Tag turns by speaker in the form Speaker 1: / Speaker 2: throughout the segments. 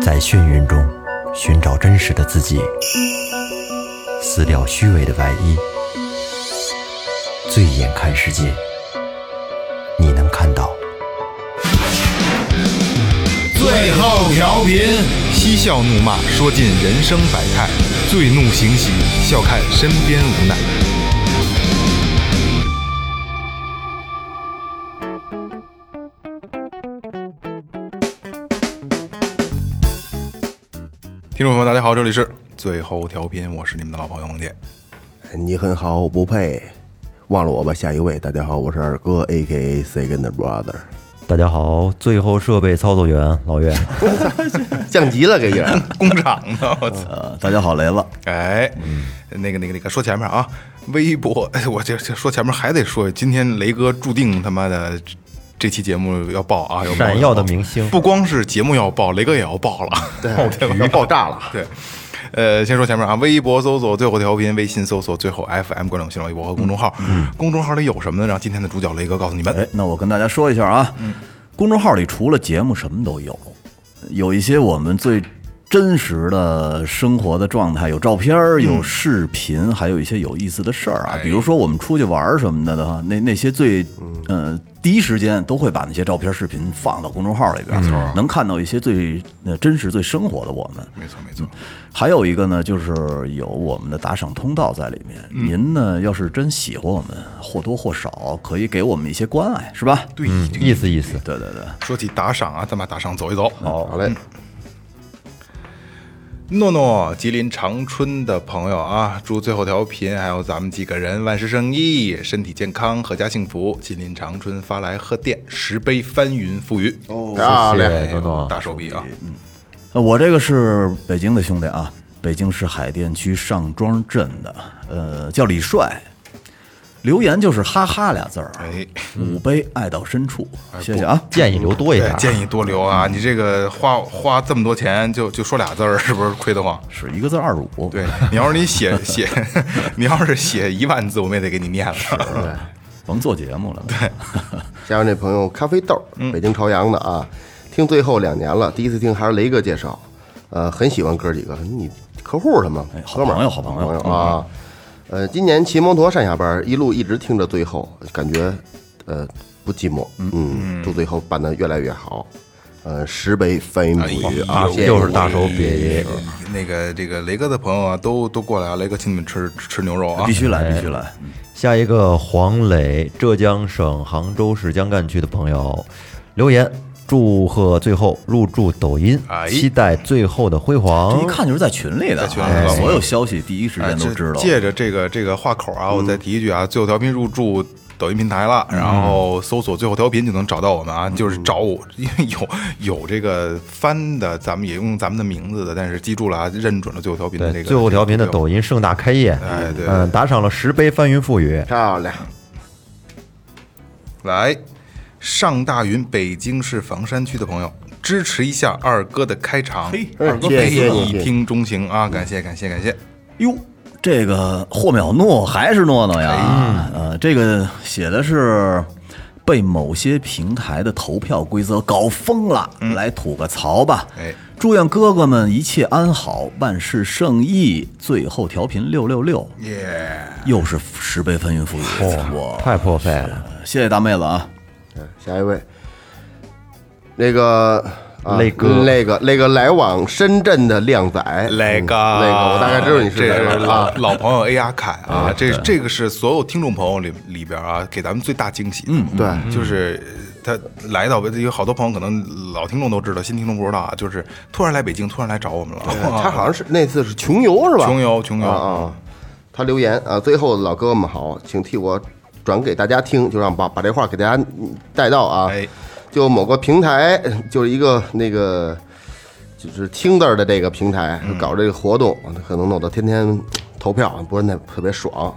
Speaker 1: 在眩晕中寻找真实的自己，撕掉虚伪的外衣，醉眼看世界，你能看到。
Speaker 2: 最后调频，
Speaker 3: 嬉笑怒骂，说尽人生百态；醉怒行喜，笑看身边无奈。听众朋友们，大家好，这里是最后调频，我是你们的老朋友萌姐。
Speaker 4: 你很好，我不配。忘了我吧，下一位。大家好，我是二哥，A K A Second Brother，
Speaker 1: 大家好，最后设备操作员老 岳，
Speaker 4: 降级了，给你。
Speaker 3: 工厂的，我操！
Speaker 5: 呃，大家好，雷子，
Speaker 3: 哎，那个那个那个，说前面啊，微博， 哎我这这说前面还得说，今天雷哥注定他妈的这这期节目要爆啊，要爆
Speaker 1: 闪耀的明 星
Speaker 3: 不光是节目要爆，雷哥也要爆了，对吧？
Speaker 4: 爆炸了，
Speaker 3: 对。呃，先说前面啊，微博搜索最后调频，微信搜索最后 FM 关注新浪微博和公众号。公众号里有什么呢？让今天的主角雷哥告诉你们。
Speaker 5: 哎，那我跟大家说一下啊，公众号里除了节目什么都有，有一些我们最真实的生活的状态，有照片儿，有视频，还有一些有意思的事儿啊
Speaker 3: 嗯哎，
Speaker 5: 比如说我们出去玩儿什么的的话，那那些最
Speaker 3: 嗯
Speaker 5: 呃第一时间都会把那些照片、视频放到公众号里边儿，能看到一些最呃真实、最生活的我们。
Speaker 3: 没错没错，
Speaker 5: 还有一个呢，就是有我们的打赏通道在里面。
Speaker 3: 嗯
Speaker 5: 您呢，要是真喜欢我们，或多或少可以给我们一些关爱，是吧？
Speaker 3: 对，
Speaker 1: 意思意思。
Speaker 5: 对对对，
Speaker 3: 说起打赏啊，咱把打赏走一走。
Speaker 4: 好嘞，
Speaker 3: 诺诺，吉林长春的朋友啊，祝最后调频还有咱们几个人万事胜意，身体健康，阖家幸福。吉林长春发来贺电，十杯翻云覆雨，
Speaker 4: 哦漂亮，
Speaker 1: 对，诺诺，
Speaker 3: 大手笔啊！
Speaker 5: 呃我这个是北京的兄弟啊，北京市海淀区上庄镇的，呃，叫李帅。留言就是“哈哈”俩字儿，啊
Speaker 3: 哎，
Speaker 5: 五杯爱到深处，谢谢啊。
Speaker 1: 建议留多一
Speaker 3: 对
Speaker 1: 点，，
Speaker 3: 哎建议多留啊！你这个花花这么多钱就就说俩字儿，是不是亏得慌？
Speaker 5: 是一个字二十五，
Speaker 3: 对，你要是你写写， 你要是写一万字，我们也得给你念了。
Speaker 5: 甭做节目了。对，
Speaker 4: 下面这朋友咖啡豆，
Speaker 5: 嗯
Speaker 4: 北京朝阳的啊，听最后两年了，第一次听还是雷哥介绍，呃，很喜欢哥几个，你客户他吗
Speaker 5: 哎？好
Speaker 4: 哥们儿
Speaker 5: 朋友好嗯朋友
Speaker 4: 啊，呃，今年骑摩托上下班，一路一直听着最后，感觉呃不寂寞，嗯，祝最后办得越来越好，呃，十杯翻
Speaker 5: 哎
Speaker 4: 云覆雨啊，谢谢
Speaker 1: 又是哎大
Speaker 4: 你
Speaker 1: 手笔，
Speaker 3: 那个这个雷哥的朋友啊，都都过来啊！雷哥请你们吃吃牛肉啊
Speaker 5: 必！须来，必须来。
Speaker 1: 下一个黄磊，浙江省杭州市江干区的朋友留言，祝贺最后入驻抖音，
Speaker 3: 哎
Speaker 1: 期待最后的辉
Speaker 5: 这一
Speaker 1: 煌。
Speaker 5: 看就是在群里
Speaker 3: 在
Speaker 5: 的
Speaker 3: 群里的
Speaker 5: 啊，
Speaker 3: 哎
Speaker 5: 所有消息第一时
Speaker 3: 哎，
Speaker 5: 间都
Speaker 3: 这
Speaker 5: 知道。
Speaker 3: 借着这个这个话口啊，
Speaker 1: 嗯
Speaker 3: 我再提一句啊，最后调频入驻。抖音平台了，然后搜索“最后调频”就能找到我们
Speaker 1: 嗯
Speaker 3: 啊，就是找我，因为有有这个翻的，咱们也用咱们的名字的，但是记住了啊，认准了最后调频的这
Speaker 1: 对，
Speaker 3: 个
Speaker 1: 最后调频的
Speaker 3: 这个
Speaker 1: 抖音盛大开业，
Speaker 3: 哎对
Speaker 1: 嗯，打赏了十杯翻云覆雨，
Speaker 4: 漂亮，
Speaker 3: 来，上大云北京市房山区的朋友，支持一下二哥的开场，二哥
Speaker 4: 哎谢谢
Speaker 3: 一
Speaker 4: 你
Speaker 3: 听钟情啊，感谢感谢感谢，
Speaker 5: 哟，这个霍淼诺还是诺诺
Speaker 3: 哎
Speaker 5: 呀？呃，这个写的是被某些平台的投票规则搞疯了，来吐个槽吧。
Speaker 3: 嗯哎
Speaker 5: 祝愿哥哥们一切安好，万事胜意。最后调频六六六，
Speaker 3: 耶，
Speaker 5: 又是十倍翻云覆雨，我
Speaker 1: 太破费了。
Speaker 5: 谢谢大妹子啊！
Speaker 4: 下一位，那个啊
Speaker 1: 磊哥
Speaker 4: 那个那个来往深圳的靓仔，
Speaker 3: 磊哥，
Speaker 4: 嗯磊哥，我大概知道你是
Speaker 3: 这
Speaker 4: 哪
Speaker 3: 是
Speaker 4: 个了
Speaker 3: 老
Speaker 4: 啊。
Speaker 3: 老朋友 A 亚凯啊，
Speaker 4: 嗯
Speaker 3: 这这个是所有听众朋友里里边啊，给咱们最大惊喜。嗯，
Speaker 4: 对
Speaker 3: 就是他来到有好多朋友可能老听众都知道，新听众不知道啊，就是突然来北京，突然来找我们了。
Speaker 4: 他好像是那次是穷游是吧？
Speaker 3: 穷游穷游
Speaker 4: 啊啊！他留言啊，最后老哥们好，请替我转给大家听，就让把把这话给大家嗯带到啊。
Speaker 3: 哎
Speaker 4: 就某个平台，就是一个那个就是听字儿的这个平台
Speaker 3: 嗯
Speaker 4: 搞这个活动，可能弄得天天投票，不是那特别爽。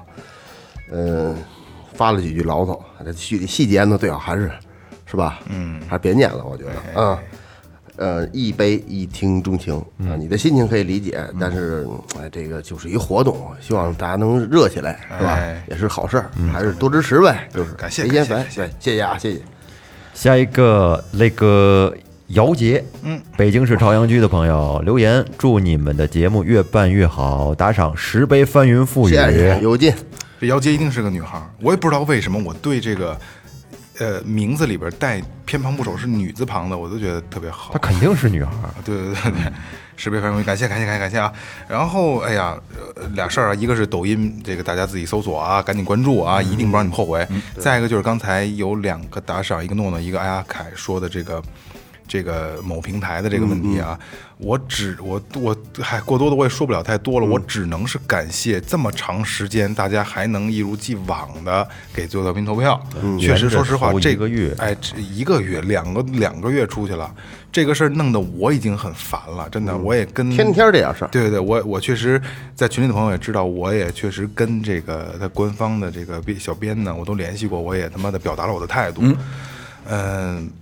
Speaker 4: 嗯，发了几句牢骚，这具体细节呢，最好还是是吧？嗯，还是别念了，我觉得啊。呃，一杯一听钟情
Speaker 3: 嗯
Speaker 4: 啊，你的心情可以理解，但是哎，这个就是一活动，希望大家能热起来，是吧
Speaker 3: 哎？
Speaker 4: 也是好事儿，还是多支持呗，就是
Speaker 3: 感谢
Speaker 4: 别嫌
Speaker 3: 感
Speaker 4: 烦
Speaker 3: 谢，
Speaker 4: 对，谢谢啊，谢谢。
Speaker 1: 下一个那个姚杰，嗯，北京市朝阳区的朋友留言，祝你们的节目越办越好，打赏十杯翻云覆雨。
Speaker 4: 谢谢啊有劲，
Speaker 3: 这姚杰一定是个女孩儿，我也不知道为什么我对这个，呃，名字里边带偏旁部首是女字旁的，我都觉得特别好
Speaker 1: 她。肯定是女孩 儿，
Speaker 3: 啊对对对对，识别范围，感谢感谢感谢感谢啊！然后哎呀，呃俩事儿啊，一个是抖音这个大家自己搜索啊，赶紧关注啊，一定不让你们后悔。
Speaker 1: 嗯
Speaker 3: 再一个就是刚才有两个打赏，一个诺诺，一个艾亚凯说的这个。这个某平台的这个问题
Speaker 1: 嗯
Speaker 3: 啊，我只我我还过多的我也说不了太多
Speaker 1: 嗯
Speaker 3: 了，我只能是感谢这么长时间大家还能一如既往的给最后调频投票。确实，说实话，
Speaker 1: 嗯连着投
Speaker 3: 这
Speaker 1: 一个月
Speaker 3: 哎，这一个月两个两个月出去了，这个事儿弄得我已经很烦了，真的，我也跟
Speaker 4: 天天这点事儿
Speaker 3: 对对对，我我确实在群里的朋友也知道，我也确实跟这个他官方的这个编小编呢，我都联系过，我也他妈的表达了我的态度。嗯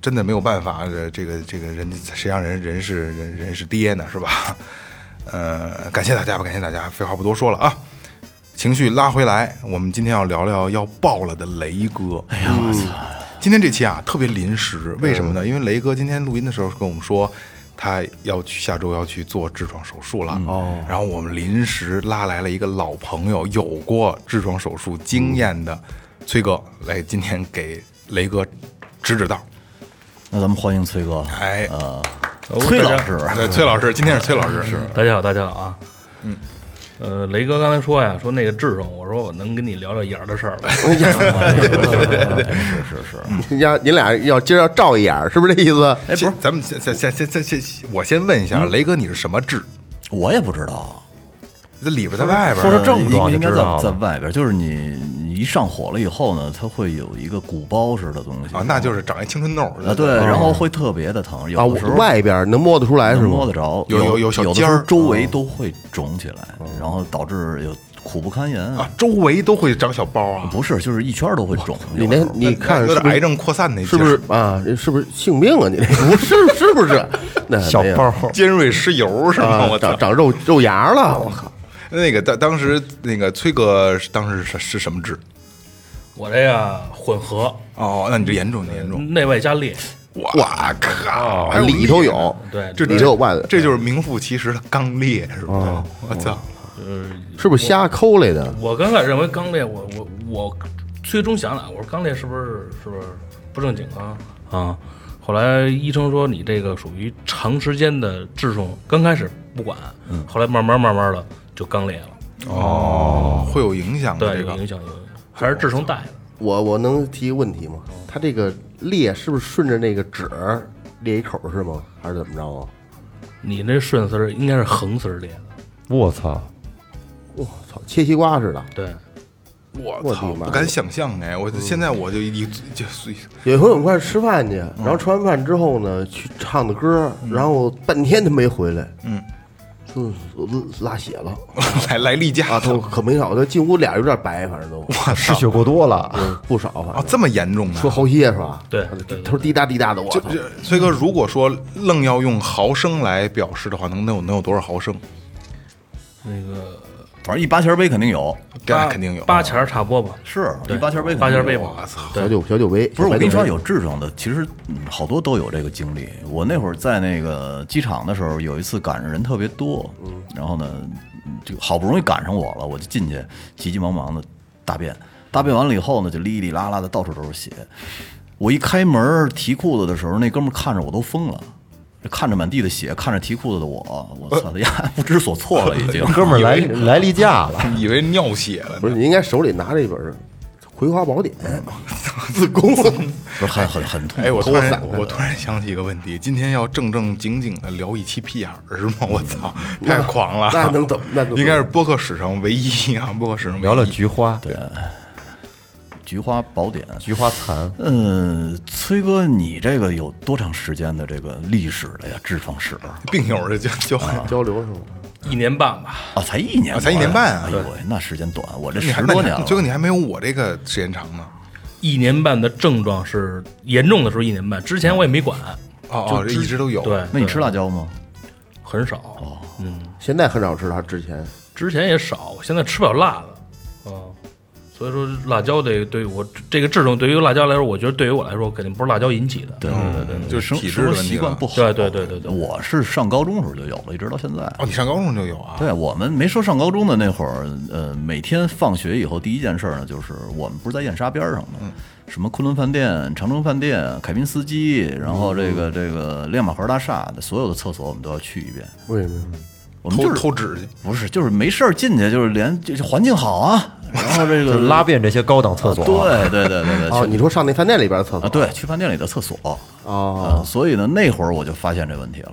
Speaker 3: 真的没有办法，这这个这个人谁让人人是人人是爹呢，是吧？ 呃，感谢大家吧，感谢大家，废话不多说了啊。情绪拉回来，我们今天要聊聊要爆了的雷哥。哎呀，我操！今天这期啊特别临时，为什么呢？因为雷哥今天录音的时候跟我们说，他要去下周要去做痔疮手术了。哦，然后我们临时拉来了一个老朋友，有过痔疮手术经验的崔哥，来今天给雷哥指指道。
Speaker 5: 那咱们欢迎崔哥，
Speaker 3: 哎，
Speaker 5: 崔老师，
Speaker 3: 对，崔老师，今天是崔老师，是
Speaker 6: 大家好，大家好啊。嗯，呃，雷哥刚才说呀，说那个痔疮，我说我能跟你聊聊眼儿的事儿 吗？
Speaker 4: 要您俩要今儿要照一眼儿，是不是这意思？
Speaker 3: 哎，不是，咱们先先先先先先，我先问一下，雷哥，你是什么痣？
Speaker 5: 我也不知道，
Speaker 3: 这里边在外边儿，
Speaker 1: 说说症状
Speaker 5: 应
Speaker 1: 就
Speaker 5: 该
Speaker 1: 知
Speaker 5: 在
Speaker 1: 道
Speaker 5: 在
Speaker 1: 了。
Speaker 5: 外边，就是你你一上火了以后呢，它会有一个鼓包似的东西
Speaker 3: 啊，那就是长一青春痘儿
Speaker 5: 啊，对，然后会特别的疼，
Speaker 4: 啊，
Speaker 5: 有
Speaker 4: 我
Speaker 5: 的时候
Speaker 4: 外边能摸得出来是
Speaker 5: 能
Speaker 4: 吗？
Speaker 5: 摸得着，
Speaker 3: 有有
Speaker 5: 有
Speaker 3: 有小
Speaker 5: 的
Speaker 3: 尖儿
Speaker 5: 时候周围都会肿起来，然后导致有苦不堪言
Speaker 3: 啊，周围都会长小包啊，
Speaker 5: 不是，就是一圈儿都会肿。
Speaker 4: 你
Speaker 5: 有的
Speaker 4: 那
Speaker 5: 时候，
Speaker 4: 你看
Speaker 3: 有
Speaker 4: 是
Speaker 3: 点
Speaker 4: 不
Speaker 3: 癌
Speaker 4: 是
Speaker 3: 症扩散那劲儿
Speaker 4: 是不是啊？是不是性病啊？你 这不是是不是？那
Speaker 1: 小
Speaker 4: 没有
Speaker 1: 包
Speaker 3: 尖锐湿疣是吗？
Speaker 4: 啊，
Speaker 3: 我操
Speaker 4: 长！长肉肉芽了，我靠！
Speaker 3: 那个当当时那个崔哥是当时是是什么痣？
Speaker 6: 我这个混合
Speaker 3: 哦，那你这严重，你严重！
Speaker 6: 内外加裂，
Speaker 3: 我靠，还
Speaker 4: 里头有，
Speaker 6: 对，
Speaker 3: 这
Speaker 4: 里头有外头
Speaker 3: 这就是名副其实的刚裂，是吧？
Speaker 4: 啊
Speaker 3: 我操！
Speaker 4: 是不是瞎抠来的？
Speaker 6: 呃我刚开始认为刚裂，我我我最终想了，我说刚裂是不是是不是不正经啊啊？后来医生说你这个属于长时间的痔疮，刚开始不管，后来慢慢慢慢的就刚裂了，
Speaker 3: 哦，会有影响的这
Speaker 6: 对，有
Speaker 3: 个
Speaker 6: 影响有影响，还是痔疮带的。
Speaker 4: 我我能提个问题吗？它这个裂是不是顺着那个纸儿裂一口是吗？还是怎么着啊？
Speaker 6: 你那顺丝儿应该是横丝儿裂的，
Speaker 1: 我 操！
Speaker 4: 我操，切西瓜似的。
Speaker 6: 对，
Speaker 3: 我
Speaker 4: 我
Speaker 3: 操，
Speaker 4: 的妈嗯
Speaker 3: 不敢想象哎！我现在我就一就
Speaker 4: 有一回我们一块儿吃饭去，然后吃完饭之后呢，去唱的歌，然后我半天都没回来，嗯，就我都拉血了
Speaker 3: 来来例假
Speaker 4: 啊，都可没少，那进屋俩有点白，反正都嗯
Speaker 1: 失血过多了，
Speaker 4: 不少，反
Speaker 3: 哦，
Speaker 4: 正
Speaker 3: 这么严重呢？
Speaker 4: 说喉血是吧？
Speaker 6: 对
Speaker 4: 他
Speaker 6: 对对
Speaker 4: 他说滴答滴答的，我
Speaker 3: 就
Speaker 4: 操，
Speaker 3: 就崔哥，如果说愣要用毫升来表示的话，能能有能有多少毫升？
Speaker 6: 那个
Speaker 5: 反正一八钱儿杯肯定有。
Speaker 3: 那
Speaker 6: 八
Speaker 3: 肯定有
Speaker 6: 啊
Speaker 3: 啊
Speaker 6: 八钱儿差不多吧，
Speaker 5: 是
Speaker 6: 对
Speaker 5: 一八钱儿杯肯定有，
Speaker 6: 八钱儿杯吧，
Speaker 3: 我操！
Speaker 4: 小酒小酒杯，
Speaker 5: 不是我
Speaker 4: 白
Speaker 5: 跟你
Speaker 4: 酒
Speaker 5: 说，
Speaker 4: 杯
Speaker 5: 有痔疮的，其实嗯好多都有这个经历。我那会儿在那个机场的时候，有一次赶上人特别多，然后呢，嗯就好不容易赶上我了，我就进去急急忙忙的大便，大便完了以后呢，就哩哩啦啦的到处都是血。我一开门提裤子的时候，那哥们儿看着我都疯了。看着满地的血，看着提裤子的我，我操他丫 不知所措了，已经。
Speaker 1: 哥们儿来来例假了，
Speaker 3: 以为尿血了
Speaker 4: 不是你应该手里拿着一本《葵花宝典》自宫，
Speaker 5: 不是很很很 痛苦。
Speaker 3: 哎，我突然
Speaker 4: 散开了
Speaker 3: 我突然想起一个问题，今天要正正经经的聊一期屁眼儿是吗？我操，太狂了！
Speaker 4: 那能怎么那能怎么
Speaker 3: 应该是播客史上唯一啊，播客史上唯一
Speaker 1: 聊了菊花，
Speaker 5: 菊花宝典，
Speaker 1: 菊花残，
Speaker 5: 嗯，崔哥，你这个有多长时间的这个历史了呀？痔疮史啊，
Speaker 3: 病友的就就
Speaker 4: 交流是吗？
Speaker 6: 一年半吧。
Speaker 5: 才一年
Speaker 3: 啊
Speaker 5: 多呀，
Speaker 3: 才一年半啊
Speaker 5: 哎呦喂，那时间短，我这
Speaker 3: 你还
Speaker 5: 十多年了
Speaker 3: 崔。哥你还没有我这个时间长呢。
Speaker 6: 一年半的症状是严重的时候一年半，之前我也没管，
Speaker 3: 哦哦，这一直都有。
Speaker 6: 对，
Speaker 5: 那你吃
Speaker 6: 了
Speaker 5: 辣椒吗？
Speaker 6: 很少，嗯，
Speaker 4: 现在很少吃它，之前
Speaker 6: 之前也少，现在吃不了辣的，啊，所以说辣椒得对我这个制种，对于辣椒来说，我觉得对于我来说肯定不是辣椒引起的。对
Speaker 3: 嗯，就是
Speaker 5: 生
Speaker 3: 体
Speaker 5: 生
Speaker 3: 质
Speaker 5: 活
Speaker 3: 问题
Speaker 5: 习惯
Speaker 3: 了
Speaker 5: 不。好。
Speaker 6: 对对对对对
Speaker 5: 我是上高中时候就有了，一直到现在。
Speaker 3: 哦，你上高中就有啊？
Speaker 5: 对我们没说上高中的那会儿，呃，每天放学以后第一件事儿呢，就是我们不是在燕莎边儿上
Speaker 3: 嗯
Speaker 5: 吗？什么昆仑饭店、长城饭店、凯宾斯基，然后这个这个亮马河大厦的所有的厕所我们都要去一遍。
Speaker 4: 为什么？
Speaker 5: 我们
Speaker 3: 偷
Speaker 5: 就是
Speaker 3: 偷纸去，
Speaker 5: 不是就是没事儿进去，就是连就是环境好啊，然后这
Speaker 1: 就
Speaker 5: 个
Speaker 1: 是 拉遍这些高档厕所。，啊
Speaker 5: 对对对对对，
Speaker 4: 哦，
Speaker 5: 去
Speaker 4: 你说上那饭店里边的厕所
Speaker 5: 啊对去饭店里的厕所
Speaker 4: 哦，
Speaker 5: 啊，所以呢那会儿我就发现这问题了，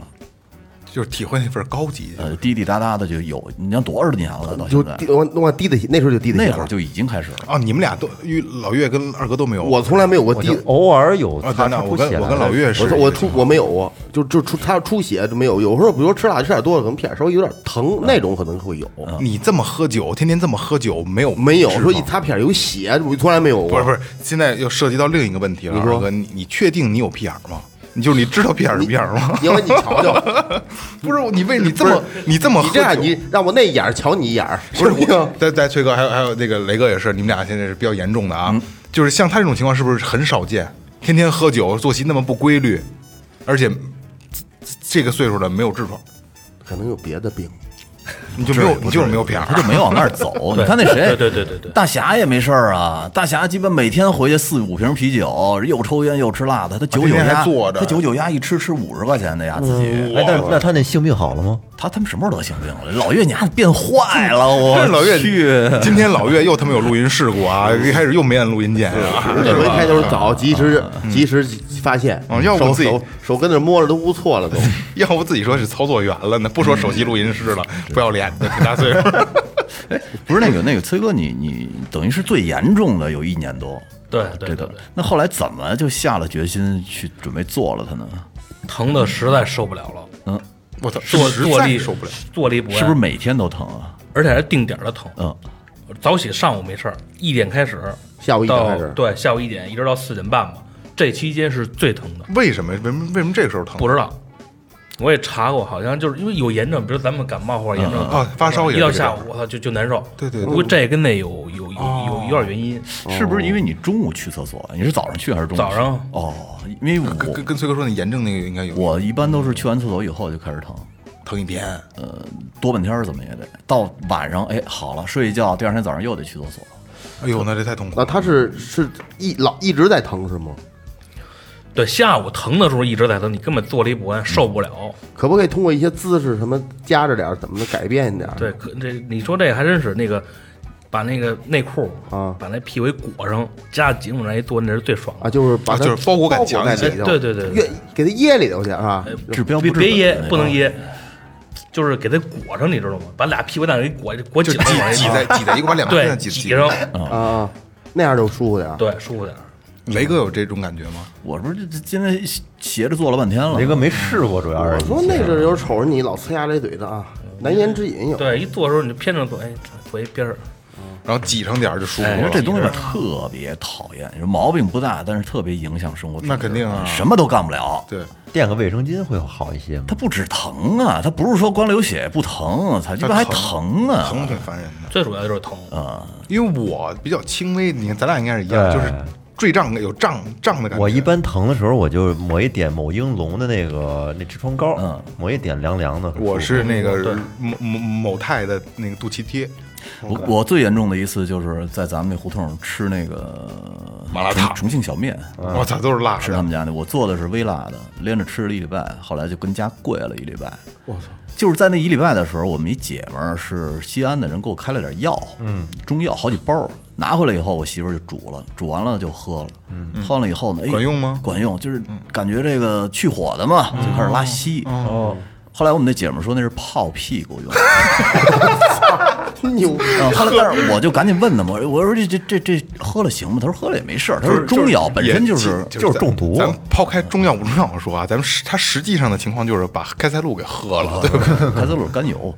Speaker 3: 就是体会那份高级。
Speaker 5: 呃滴滴答答的就有，你像多少年了到
Speaker 4: 就
Speaker 5: 现在，
Speaker 4: 低我我低得起，那时候就低得起了。
Speaker 5: 那会儿就已经开始了。
Speaker 3: 哦，你们俩都，因为老岳跟二哥都没有。
Speaker 4: 我从来没有过低，
Speaker 1: 偶尔有
Speaker 3: 啊，
Speaker 1: 他
Speaker 3: 咱俩
Speaker 1: 他不
Speaker 3: 我跟
Speaker 1: 写
Speaker 3: 我
Speaker 1: 来
Speaker 3: 跟老岳是
Speaker 4: 我
Speaker 3: 一个
Speaker 4: 说
Speaker 3: 情况，
Speaker 4: 我出我没有过，就就出他出血就没有，有时候比如说吃辣吃点多了，可能屁眼稍微有点疼，
Speaker 3: 嗯
Speaker 4: 那种可能会有，
Speaker 3: 你这么喝酒，天天这么喝酒，没有
Speaker 4: 啊没有
Speaker 3: 脂肪
Speaker 4: 说一擦屁眼有血，我从来没有过。
Speaker 3: 不是不是，现在又涉及到另一个问题了，
Speaker 4: 你说
Speaker 3: 二哥，你你确定你有屁眼儿吗？你就是你知道屁眼儿是屁眼儿 吗？
Speaker 4: 你要不你 瞧瞧，
Speaker 3: 不是你为你这
Speaker 4: 不
Speaker 3: 么
Speaker 4: 是
Speaker 3: 你这么
Speaker 4: 你
Speaker 3: 喝
Speaker 4: 这样
Speaker 3: 酒
Speaker 4: 你让我那眼儿瞧你一眼儿，
Speaker 3: 不是
Speaker 4: 不是
Speaker 3: 我？ 在在崔哥还有还有那个雷哥也是，你们俩现在是比较严重的啊，
Speaker 4: 嗯
Speaker 3: 就是像他这种情况是不是很少见？天天喝酒，作息那么不规律，而且这这个岁数的没有痔疮，
Speaker 4: 可能有别的病。
Speaker 3: 你就没有你就是没有屁眼
Speaker 5: 他
Speaker 3: 儿
Speaker 5: 就。没往那儿走。你看那谁，
Speaker 6: 对对对对对
Speaker 5: 大侠也没事儿啊。大侠基本每天回去四五瓶啤酒，又抽烟又吃辣的。他九九
Speaker 3: 天天
Speaker 5: 鸭
Speaker 3: 还坐着
Speaker 5: 他九九鸭一吃吃五十块钱的鸭自己。
Speaker 1: 哎，但是那他那性病好了吗？
Speaker 5: 他他们什么时候得性病了？老岳你丫变坏了，我
Speaker 3: 这老岳
Speaker 5: 去，
Speaker 3: 今天老岳又他妈有录音事故啊！一开始又没按录音键啊！
Speaker 4: 这回开头早，及时及时发现
Speaker 3: 嗯，要不
Speaker 4: 手
Speaker 3: 自己
Speaker 4: 手手跟那摸着都污错了都。
Speaker 3: 要不自己说是操作员了呢，不说首席录音师了，不要脸的挺大岁数。
Speaker 5: 不是那个那个崔哥，你你等于是最严重的有一年多。
Speaker 6: 对
Speaker 5: 这
Speaker 6: 对对
Speaker 5: 个，那后来怎么就下了决心去准备做了它呢？
Speaker 6: 疼的实在受不了了，
Speaker 5: 嗯，
Speaker 3: 我操，
Speaker 6: 坐
Speaker 3: 实
Speaker 6: 坐
Speaker 3: 在
Speaker 6: 立
Speaker 3: 受不了，，
Speaker 6: 坐立不安，
Speaker 5: 是不是每天都疼啊？
Speaker 6: 而且还定点的疼。
Speaker 5: 嗯，
Speaker 6: 早起上午没事儿，一点开始，
Speaker 4: 下午一点
Speaker 6: 到
Speaker 4: 开始
Speaker 6: 对，下午一点一直到四点半吧，这期间是最疼的。
Speaker 3: 为什么？为什么？为什么这个时候疼？
Speaker 6: 不知道，我也查过，好像就是因为有炎症，比如咱们感冒或者炎症
Speaker 3: 嗯啊发烧也
Speaker 6: 一
Speaker 3: 是
Speaker 6: 到
Speaker 3: 这样
Speaker 6: 下午我操就就难受。
Speaker 3: 对对对哦
Speaker 6: 不过这跟那有有有有有点原因。
Speaker 5: 是不是因为你中午去厕所？啊你是早上去还是中午去？
Speaker 6: 早上呃
Speaker 5: 哦，因为我
Speaker 3: 跟跟跟崔哥说，那炎症那个应该有
Speaker 5: 我一般都是去完厕所以后就开始疼，
Speaker 3: 疼一天。
Speaker 5: 多半天儿怎么也得到晚上，哎，好了，睡一觉，第二天早上又得去厕所。
Speaker 3: 哎呦，那这太痛苦
Speaker 4: 那
Speaker 3: 了。
Speaker 4: 他是是一老一直在疼是吗？
Speaker 6: 对，下午疼的时候一直在疼，你根本坐立不
Speaker 4: 嗯
Speaker 6: 安，受不了。
Speaker 4: 可不可以通过一些姿势什么夹着点儿，怎么的改变一点儿？
Speaker 6: 对，可这你说这还真是那个，把那个内裤
Speaker 4: 啊
Speaker 6: 把那屁股裹上，夹紧往那一坐，那是最爽
Speaker 4: 啊，
Speaker 6: 的。
Speaker 4: 就是把
Speaker 3: 啊
Speaker 4: 它
Speaker 3: 就是包裹感强
Speaker 4: 在
Speaker 3: 一些
Speaker 4: 里头，
Speaker 6: 对对对对
Speaker 4: 越给它掖里头去啊。
Speaker 5: 治标必治
Speaker 6: 别
Speaker 5: 本
Speaker 6: 掖
Speaker 5: 的那，
Speaker 6: 不能
Speaker 5: 种。
Speaker 6: 掖，就是给它裹上，你知道吗？把俩屁股蛋给裹裹
Speaker 3: 就
Speaker 6: 紧
Speaker 3: 挤
Speaker 6: 了往那一
Speaker 3: 挤
Speaker 6: 坐，
Speaker 3: 在挤在一块，把两个
Speaker 6: 对
Speaker 3: 人挤
Speaker 6: 挤上，
Speaker 5: 嗯
Speaker 4: 啊，那样就舒服点儿。
Speaker 6: 对，舒服点儿。
Speaker 3: 雷哥有这种感觉吗？
Speaker 5: 我不是这今天斜着坐了半天了
Speaker 1: 雷，哥没试过，主要
Speaker 4: 我
Speaker 1: 是
Speaker 4: 说那阵儿有瞅着你老呲牙咧嘴的啊，难言之隐有。
Speaker 6: 对，一坐的时候你就偏着坐，哎，坐一边儿。
Speaker 3: 然后挤上点儿就舒服
Speaker 5: 我觉得
Speaker 3: 了。
Speaker 5: 哎这东西吧特别讨厌，毛病不大，但是特别影响生活品质。
Speaker 3: 那肯定啊
Speaker 5: 什么都干不了。
Speaker 3: 对，
Speaker 1: 垫个卫生巾会好一些吗？
Speaker 5: 它不止疼啊，它不是说光流血不疼，啊它鸡巴还疼啊。
Speaker 3: 疼挺烦人的。
Speaker 6: 最主要就是疼，
Speaker 5: 嗯
Speaker 3: 因为我比较轻微，你看咱俩应该是一样，
Speaker 1: 对
Speaker 3: 就是坠胀的有胀胀的感觉。
Speaker 1: 我一般疼的时候，我就抹一点某英龙的那个那痔疮膏，
Speaker 5: 嗯，
Speaker 1: 抹一点凉凉的。
Speaker 3: 我是那
Speaker 6: 对
Speaker 3: 个某某某泰的那个肚脐贴，
Speaker 5: 我我最严重的一次就是在咱们那胡同吃那个
Speaker 3: 麻辣烫
Speaker 5: 重重庆小面，
Speaker 3: 我操，都是辣
Speaker 5: 吃他
Speaker 3: 的。
Speaker 5: 们家的，我做的是啊微辣的，连着吃了一礼拜，后来就跟家跪了一礼拜。我操！就是在那一礼拜的时候，我们一姐们儿是西安的人，给我开了点药，嗯，中药好几包儿，拿回来以后，我媳妇儿就煮了，煮完了就喝了，嗯，喝完了以后呢，哎，
Speaker 3: 管用吗
Speaker 5: 管用，就是感觉这个去火的嘛，就开始拉稀。哦，后来我们那姐们儿说那是泡屁股用的。
Speaker 4: 牛逼！
Speaker 5: 啊，后来但是我就赶紧问他嘛，我说这这这这喝了行吗？他说喝了也没事儿，他说中药本身就
Speaker 3: 就是就
Speaker 1: 就是中毒
Speaker 3: 咱咱抛开中药不中药 说啊，咱们实它实际上的情况就是把开塞露给喝了，对吧？
Speaker 5: 开塞露甘油。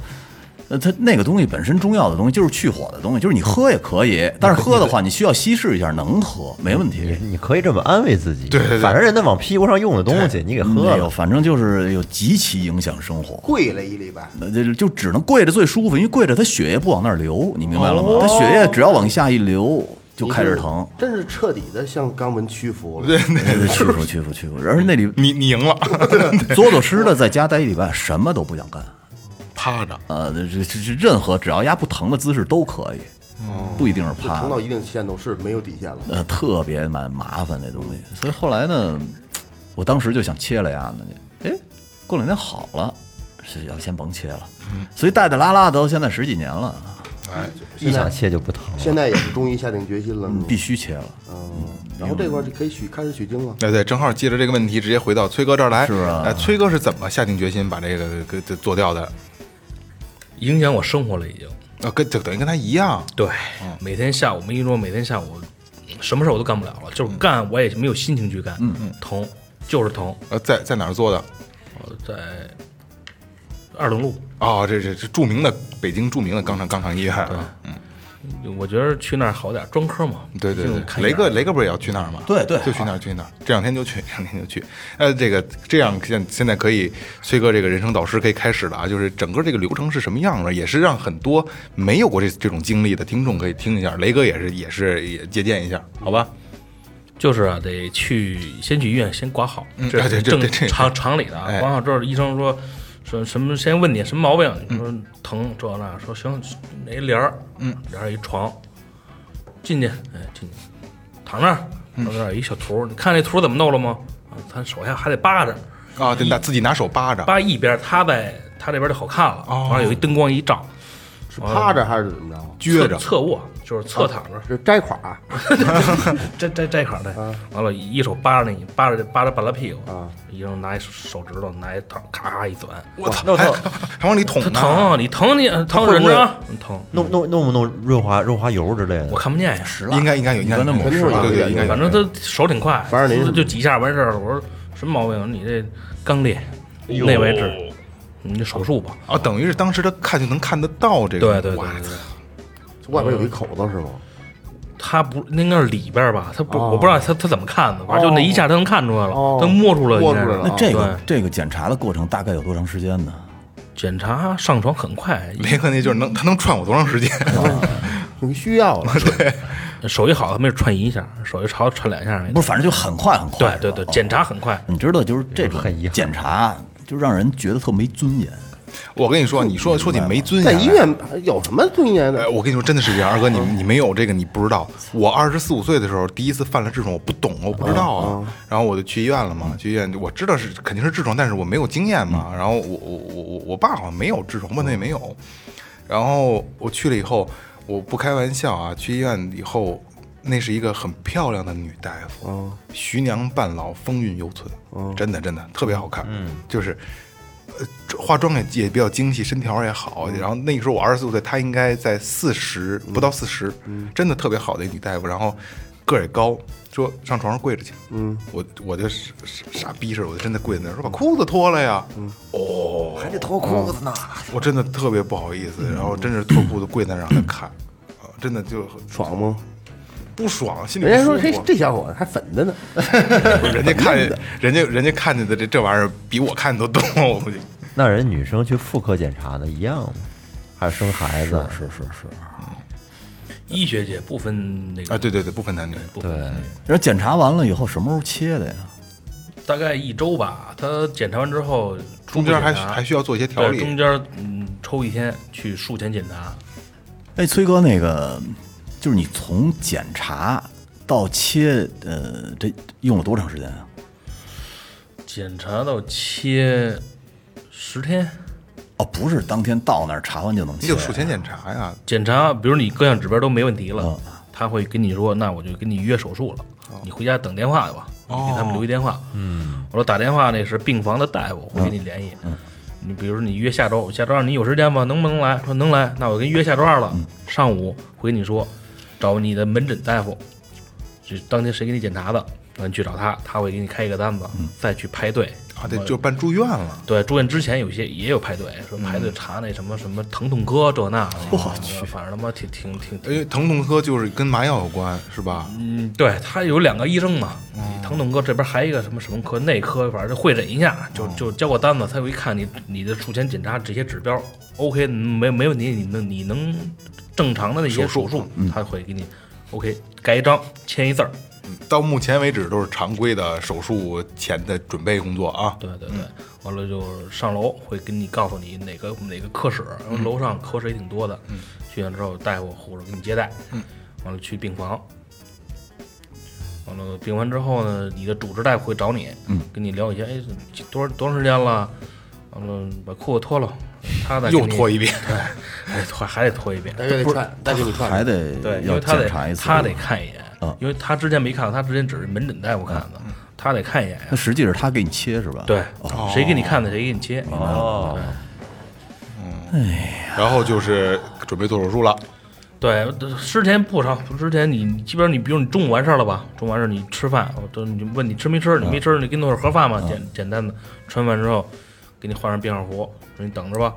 Speaker 5: 呃，它那个东西本身中药的东西就是去火的东西，就是你喝也可以，但是喝的话你需要稀释一下，能喝没问题。
Speaker 1: 你可以这么安慰自己，
Speaker 3: 对对对
Speaker 1: 反正人家往屁股上用的东西，你给喝
Speaker 5: 没有，
Speaker 1: 了，
Speaker 5: 反正就是有极其影响生活。
Speaker 4: 跪了一礼拜，
Speaker 5: 那就就只能跪着最舒服，因为跪着它血液不往那儿流，你明白了吗？它血液只要往下一流就开始 疼，
Speaker 4: 真是彻底的向肛门屈服了。
Speaker 5: 对屈服屈服屈服。而 那里
Speaker 3: 你你赢了，
Speaker 5: 作作吃的在家待一礼拜，什么都不想干，
Speaker 3: 趴着。
Speaker 5: 呃，这这这任何只要压不疼的姿势都可以，不一定是
Speaker 4: 就
Speaker 5: 趴
Speaker 4: 疼。到一定极限都是没有底线了。
Speaker 5: 呃，特别蛮麻烦那东西。所以后来呢，我当时就想切了呀，那就哎，过两天好了，是要先甭切了。所以带带拉拉到现在十几年了，
Speaker 3: 哎，
Speaker 1: 一想切就不疼了。
Speaker 4: 现在也是终于下定决心了，是吗
Speaker 5: 必须切了。
Speaker 4: 嗯，然后这块儿就可以取开始取经了。
Speaker 3: 哎对，正好借着这个问题，直接回到崔哥这儿来。
Speaker 5: 是啊
Speaker 3: 哎，崔哥是怎么下定决心把这个给给做掉的？
Speaker 6: 影响我生活了已经。
Speaker 3: 啊，跟就等于跟他一样，
Speaker 6: 对，每天下午没跟你说，每天下午什么事儿我都干不了了，
Speaker 3: 嗯
Speaker 6: 就是干我也没有心情去干，嗯嗯，疼就是疼，
Speaker 3: 呃，在在哪儿做的？
Speaker 6: 我在二等路，
Speaker 3: 哦，这这这著名的北京著名的肛肠肛肠医院。
Speaker 6: 我觉得去那儿好点儿，专科嘛，
Speaker 3: 对对
Speaker 6: 毕竟看
Speaker 3: 对，
Speaker 6: 一
Speaker 3: 雷
Speaker 6: 眼
Speaker 3: 哥雷哥不是也要去那儿吗？
Speaker 5: 对对
Speaker 3: 就去那儿去那儿，这两天就去，这两天就去。呃，这个这样现现在可以，崔哥这个人生导师可以开始了啊，就是整个这个流程是什么样的，也是让很多没有过这这种经历的听众可以听一下，雷哥也是也是也借鉴一下，
Speaker 6: 好吧。就是啊，得去先去医院先挂号，
Speaker 3: 嗯
Speaker 6: 这
Speaker 3: 对
Speaker 6: 是
Speaker 3: 对
Speaker 6: 正
Speaker 3: 对对
Speaker 6: 常常理的啊
Speaker 3: 哎。
Speaker 6: 挂号之后，医生说说什么，先问你什么毛病，
Speaker 3: 嗯
Speaker 6: 你说疼这那，说行，哪帘儿，嗯，帘儿一床，进去，哎，进去，躺那儿，
Speaker 3: 嗯
Speaker 6: 躺那儿有一小图，你看这图怎么弄了吗？啊，他手下还得扒着，
Speaker 3: 啊，得拿自己拿手扒着，
Speaker 6: 哎扒一边，他在他这边就好看了，
Speaker 3: 哦
Speaker 6: 完了有一灯光一照，
Speaker 4: 是趴着还是怎么着？啊
Speaker 3: 撅 着
Speaker 6: 侧，侧卧就是侧躺着，
Speaker 4: 是摘垮，
Speaker 6: 摘摘摘卡的，完了，一手扒着你，扒着扒着半拉屁股，一人拿一手指头，拿一糖，咔咔一钻，
Speaker 3: 我操，还哎还往里捅
Speaker 6: 他
Speaker 3: 呢，
Speaker 6: 疼，啊你疼你疼
Speaker 1: 会
Speaker 6: 忍
Speaker 1: 不会
Speaker 6: 着啊，你疼，
Speaker 1: 弄弄弄不弄润滑润滑油之类的
Speaker 6: 我？看不见呀，
Speaker 5: 十
Speaker 3: 应该应该有，应该
Speaker 5: 你跟他
Speaker 3: 有
Speaker 5: 猛
Speaker 4: 说
Speaker 3: 对
Speaker 4: 有
Speaker 3: 对，应该有
Speaker 6: 反正他手挺快，
Speaker 4: 反正您
Speaker 6: 就就几下完事儿了。我说什么毛病？啊你这刚裂，那位置，你这手术吧。
Speaker 3: 啊，等于是当时他看就能看得到这个，
Speaker 6: 对对对
Speaker 3: 哇
Speaker 6: 对对
Speaker 4: 外边有一口子是吗？
Speaker 6: 他不那应该是里边儿吧？他不，我不知道他他怎么看的，反正就那一下他能看出来了
Speaker 4: 哦，
Speaker 6: 他摸出来
Speaker 4: 摸
Speaker 6: 应该是
Speaker 4: 出来了
Speaker 5: 那这个这个检查的过程大概有多长时间呢？
Speaker 6: 检查上床很快，
Speaker 3: 雷哥那就是能他能串我多长时 间？
Speaker 4: 你需要了，
Speaker 6: 手一好他没准串一下，手一潮串两下那种
Speaker 5: 不是，反正就很快很快。
Speaker 6: 对对对，
Speaker 5: 哦
Speaker 6: 检查很快。
Speaker 5: 你知道，就是这种
Speaker 1: 很遗憾
Speaker 5: 检查，就让人觉得特没尊严。
Speaker 3: 我跟你说，你说说你没尊
Speaker 4: 在
Speaker 3: 严，
Speaker 4: 医院嗯有什么尊严
Speaker 3: 哎，
Speaker 4: 的？
Speaker 3: 我跟你说，真的是这样，二哥，你你没有这个，你不知道。我二十四五岁的时候，第一次犯了痔疮，我不懂，我不知道
Speaker 4: 嗯
Speaker 3: 啊。然后我就去医院了嘛，去医院，我知道是肯定是痔疮，但是我没有经验
Speaker 4: 嗯
Speaker 3: 嘛。然后我我我我我爸好像没有痔疮，问他也没有。然后我去了以后，我不开玩笑啊，去医院以后，那是一个很漂亮的女大
Speaker 4: 嗯
Speaker 3: 夫，徐娘半老，风韵犹存，真的真的特别好看，嗯，就是。呃，化妆也也比较精细，身条也好。然后那个时候我二十四岁，她应该在四十不到四十，真的特别好的一女大夫。然后个儿也高，说上床上跪着去。嗯，我我就傻傻逼似的，我就真的跪在那儿，说把裤子脱了呀。哦
Speaker 1: 还得脱裤子呢。
Speaker 3: 我真的特别不好意思，然后真是脱裤子跪在那儿让他看，啊，真的就
Speaker 4: 爽吗？
Speaker 3: 不爽，心里
Speaker 4: 人家说
Speaker 3: 不舒
Speaker 4: 这
Speaker 3: 服。
Speaker 4: 这小伙子还粉着 呢，
Speaker 3: 人家看见，人家人家看见的这这玩意儿比我看的都多，我估计。
Speaker 1: 那人女生去妇科检查的一样吗？还是生孩子？
Speaker 5: 是是是。
Speaker 6: 医学界不分那
Speaker 3: 啊，
Speaker 6: 个，
Speaker 3: 对对对，不分男女，
Speaker 6: 不分
Speaker 1: 对，
Speaker 5: 然后检查完了以后，什么时候切的呀？
Speaker 6: 大概一周吧。他检查完之后，初
Speaker 3: 中
Speaker 6: 步
Speaker 3: 间还
Speaker 6: 检查
Speaker 3: 还需要做一些调
Speaker 6: 对中
Speaker 3: 理。
Speaker 6: 间嗯抽一天去术前检查，
Speaker 5: 哎，崔哥，那个就是你从检查到切，呃，这用了多长时间啊？
Speaker 6: 检查到切十天。
Speaker 5: 哦，不是当天到那儿查完就能
Speaker 3: 你
Speaker 5: 切
Speaker 3: 有术前检查呀，
Speaker 6: 检查，比如你各项指标都没问题了，他会跟你说，那我就跟你预约手术了，你回家等电话吧，给他们留一电话。嗯，我说打电话那是病房的大夫会跟你联系。你比如说你约下周，下周二你有时间吗？能不能来？说能来，那我跟你约下周二了，上午会跟你说，找你的门诊大夫，就当天谁给你检查的，那你去找他，他会给你开一个单子，再去排队
Speaker 3: 啊，对，就办住院了。
Speaker 6: 对，住院之前有一些也有排队，说排队查那什么什么疼痛科这那的。嗯我去，哎反正他妈挺挺挺
Speaker 3: 因为疼痛科就是跟麻药有关，是吧？
Speaker 6: 嗯，对他有两个医生嘛，疼痛科这边还有一个什么什么科，内科反正就会诊一下，就就交过单子，他有一看你你的术前检查这些指标，OK，没没问题，你能你能正常的那些手术，嗯他会给你 OK 盖一章，签一字儿，
Speaker 3: 到目前为止都是常规的手术前的准备工作啊。
Speaker 6: 对对对，完了就是上楼会跟你告诉你哪个哪个科室，因为楼上科室也挺多的。
Speaker 5: 嗯
Speaker 6: 去完之后，大夫护士给你接待。完了去病房，完了病完之后呢，你的主治大夫会找你，
Speaker 5: 嗯
Speaker 6: 跟你聊一下，哎，多少多长时间了？完了把裤子脱了，他再给
Speaker 3: 又
Speaker 6: 你
Speaker 3: 脱一遍，
Speaker 6: 哎，脱还得脱一遍。
Speaker 7: 再给你串，再给你串，
Speaker 5: 还得
Speaker 6: 对，因
Speaker 5: 要
Speaker 6: 为他
Speaker 5: 检
Speaker 6: 得
Speaker 5: 查一次，
Speaker 6: 他得看一眼
Speaker 5: 嗯，
Speaker 6: 因为他之前没看，他之前只是门诊大夫看的，他得看一眼呀
Speaker 5: 那。实际是他给你切是吧？
Speaker 6: 对，谁给你看的，谁给你切。哦，
Speaker 3: 然后就是准备做手术了。
Speaker 6: 对，之前不成，之前你基本上你比如你中午完事儿了吧，中午完事儿你吃饭，我都你就问你吃没吃，你没吃你给你弄点盒饭吧，啊简简单的，吃完饭之后给你换上便号服，说你等着吧。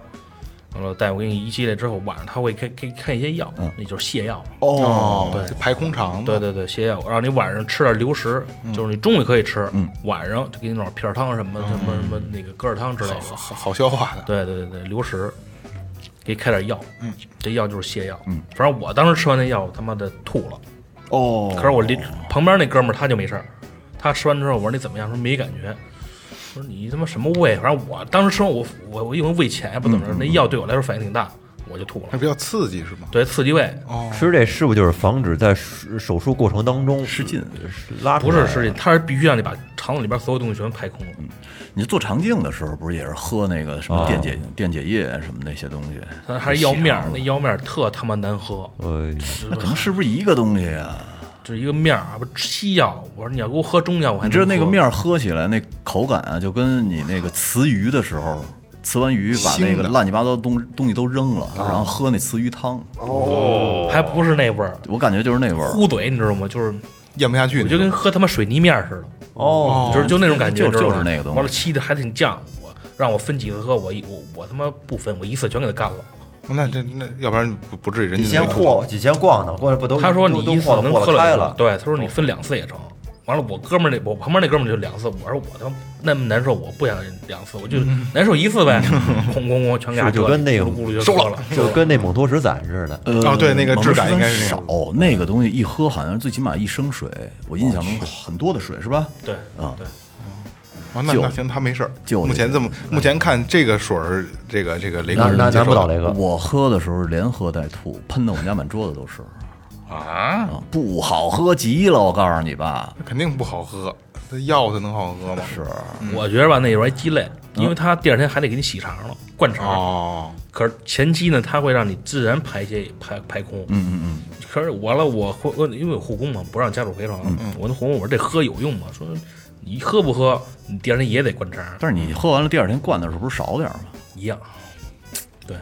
Speaker 6: 完了，大夫给你一系列之后，晚上他会开给开一些药，
Speaker 3: 嗯
Speaker 6: 那就是泻药。
Speaker 3: 哦，对，排空肠
Speaker 6: 对
Speaker 3: 的，
Speaker 6: 对对，泻药，让你晚上吃点流食，就是你中午也可以吃，
Speaker 3: 嗯
Speaker 6: 晚上就给你弄点片儿汤什么什么什么那个疙瘩汤之类的。
Speaker 3: 好好消化的。
Speaker 6: 对对对对，流食，给你开点药，嗯，这药就是泻药，嗯，反正我当时吃完那药，我他妈的吐了，
Speaker 5: 哦，
Speaker 6: 可是我邻旁边那哥们儿他就没事儿，他吃完之后我说你怎么样？说没感觉。我说你他妈什么胃？反正我当时吃完我我我因为胃浅也不怎
Speaker 5: 嗯
Speaker 6: 么着，那药对我来说反应挺大，我就吐了
Speaker 3: 那，比较刺激是吗？
Speaker 6: 对，刺激胃，
Speaker 5: 哦
Speaker 1: 吃这是不是就是防止在手手术过程当中失禁拉出
Speaker 6: 不
Speaker 1: 来
Speaker 6: 是失禁，它是必须让你把肠子里边所有东西全排空了。
Speaker 5: 嗯你做肠镜的时候，不是也是喝那个什么电解电解液什么那些东西？
Speaker 6: 它还是药面啊儿，那药面儿特他妈难喝，
Speaker 1: 呃，
Speaker 5: 那可能是不是一个东西啊？
Speaker 6: 这一个面儿啊，不西药。我说你要给我喝中药，我还
Speaker 5: 你
Speaker 6: 能
Speaker 5: 知道那个
Speaker 6: 喝
Speaker 5: 面儿喝起来那口感啊，就跟你那个鳃鱼的时候，鳃完鱼把那
Speaker 3: 腥的
Speaker 5: 个乱七八糟的东东西都扔
Speaker 6: 啊
Speaker 5: 了，然后喝那鳃鱼汤，
Speaker 4: 哦
Speaker 6: 还不是那味儿，
Speaker 5: 我感觉就是那味儿，
Speaker 6: 糊嘴你知道吗？就是
Speaker 3: 咽不下去
Speaker 6: 我
Speaker 3: 那
Speaker 6: 就
Speaker 3: 种，
Speaker 6: 跟喝他妈水泥面儿似的。
Speaker 1: 哦，
Speaker 6: 就是就那种感觉，
Speaker 5: 啊就
Speaker 6: 知道吗
Speaker 5: 就是那个东西
Speaker 6: 完了，沏的还挺犟，我让我分几次喝，我一我我他妈不分，我一次全给他干了。
Speaker 3: 那这那要不然不不至于人
Speaker 1: 几
Speaker 3: 家
Speaker 1: 千
Speaker 3: 没
Speaker 1: 逛，几千逛呢，过来不都
Speaker 6: 他说你
Speaker 1: 都
Speaker 6: 一次
Speaker 1: 晃
Speaker 6: 能
Speaker 1: 晃
Speaker 6: 喝
Speaker 1: 得开
Speaker 6: 两
Speaker 1: 了
Speaker 6: 次，，对，他说你分两次也成。完了，我哥们儿那我旁边那哥们儿就两次，我说我他妈那么难受，我不想两次，我就难受一次呗， 哐哐哐全给他
Speaker 1: 是就跟那个
Speaker 6: 咕噜咕噜就收了，
Speaker 1: 就跟那蒙脱石散似的。
Speaker 5: 呃
Speaker 3: 哦对那个质感应该是那
Speaker 5: 少
Speaker 3: 样，
Speaker 5: 那个东西一喝好像最起码一升水，我印象
Speaker 3: 哦
Speaker 5: 中很多的水是吧？
Speaker 6: 对
Speaker 5: 啊
Speaker 6: 对，
Speaker 3: 啊，那
Speaker 5: 就
Speaker 3: 那行，他没事儿。
Speaker 5: 就
Speaker 3: 目前这么，目前看这个水儿，这个这个雷哥
Speaker 1: 难
Speaker 3: 是
Speaker 1: 难
Speaker 3: 接
Speaker 1: 难不
Speaker 3: 受
Speaker 1: 倒
Speaker 3: 的
Speaker 1: 雷哥，
Speaker 5: 我喝的时候连喝带吐，喷的我们家满桌子都是
Speaker 3: 啊，
Speaker 5: 啊，不好喝极了，我告诉你吧，
Speaker 3: 那肯定不好喝。这药它能好喝吗？是
Speaker 6: 我觉着吧那有点鸡肋，因为他第二天还得给你洗肠了，灌肠。
Speaker 3: 哦，
Speaker 6: 可是前期呢，他会让你自然排泄排排空，嗯嗯嗯。可是完了，我护我因为我护工嘛，不让家属回床，我那护工我说这喝有用吗？说你喝不喝，你第二天也得灌肠，
Speaker 5: 但是你喝完了第二天灌的时候不是少点儿吗？
Speaker 6: 一样，对，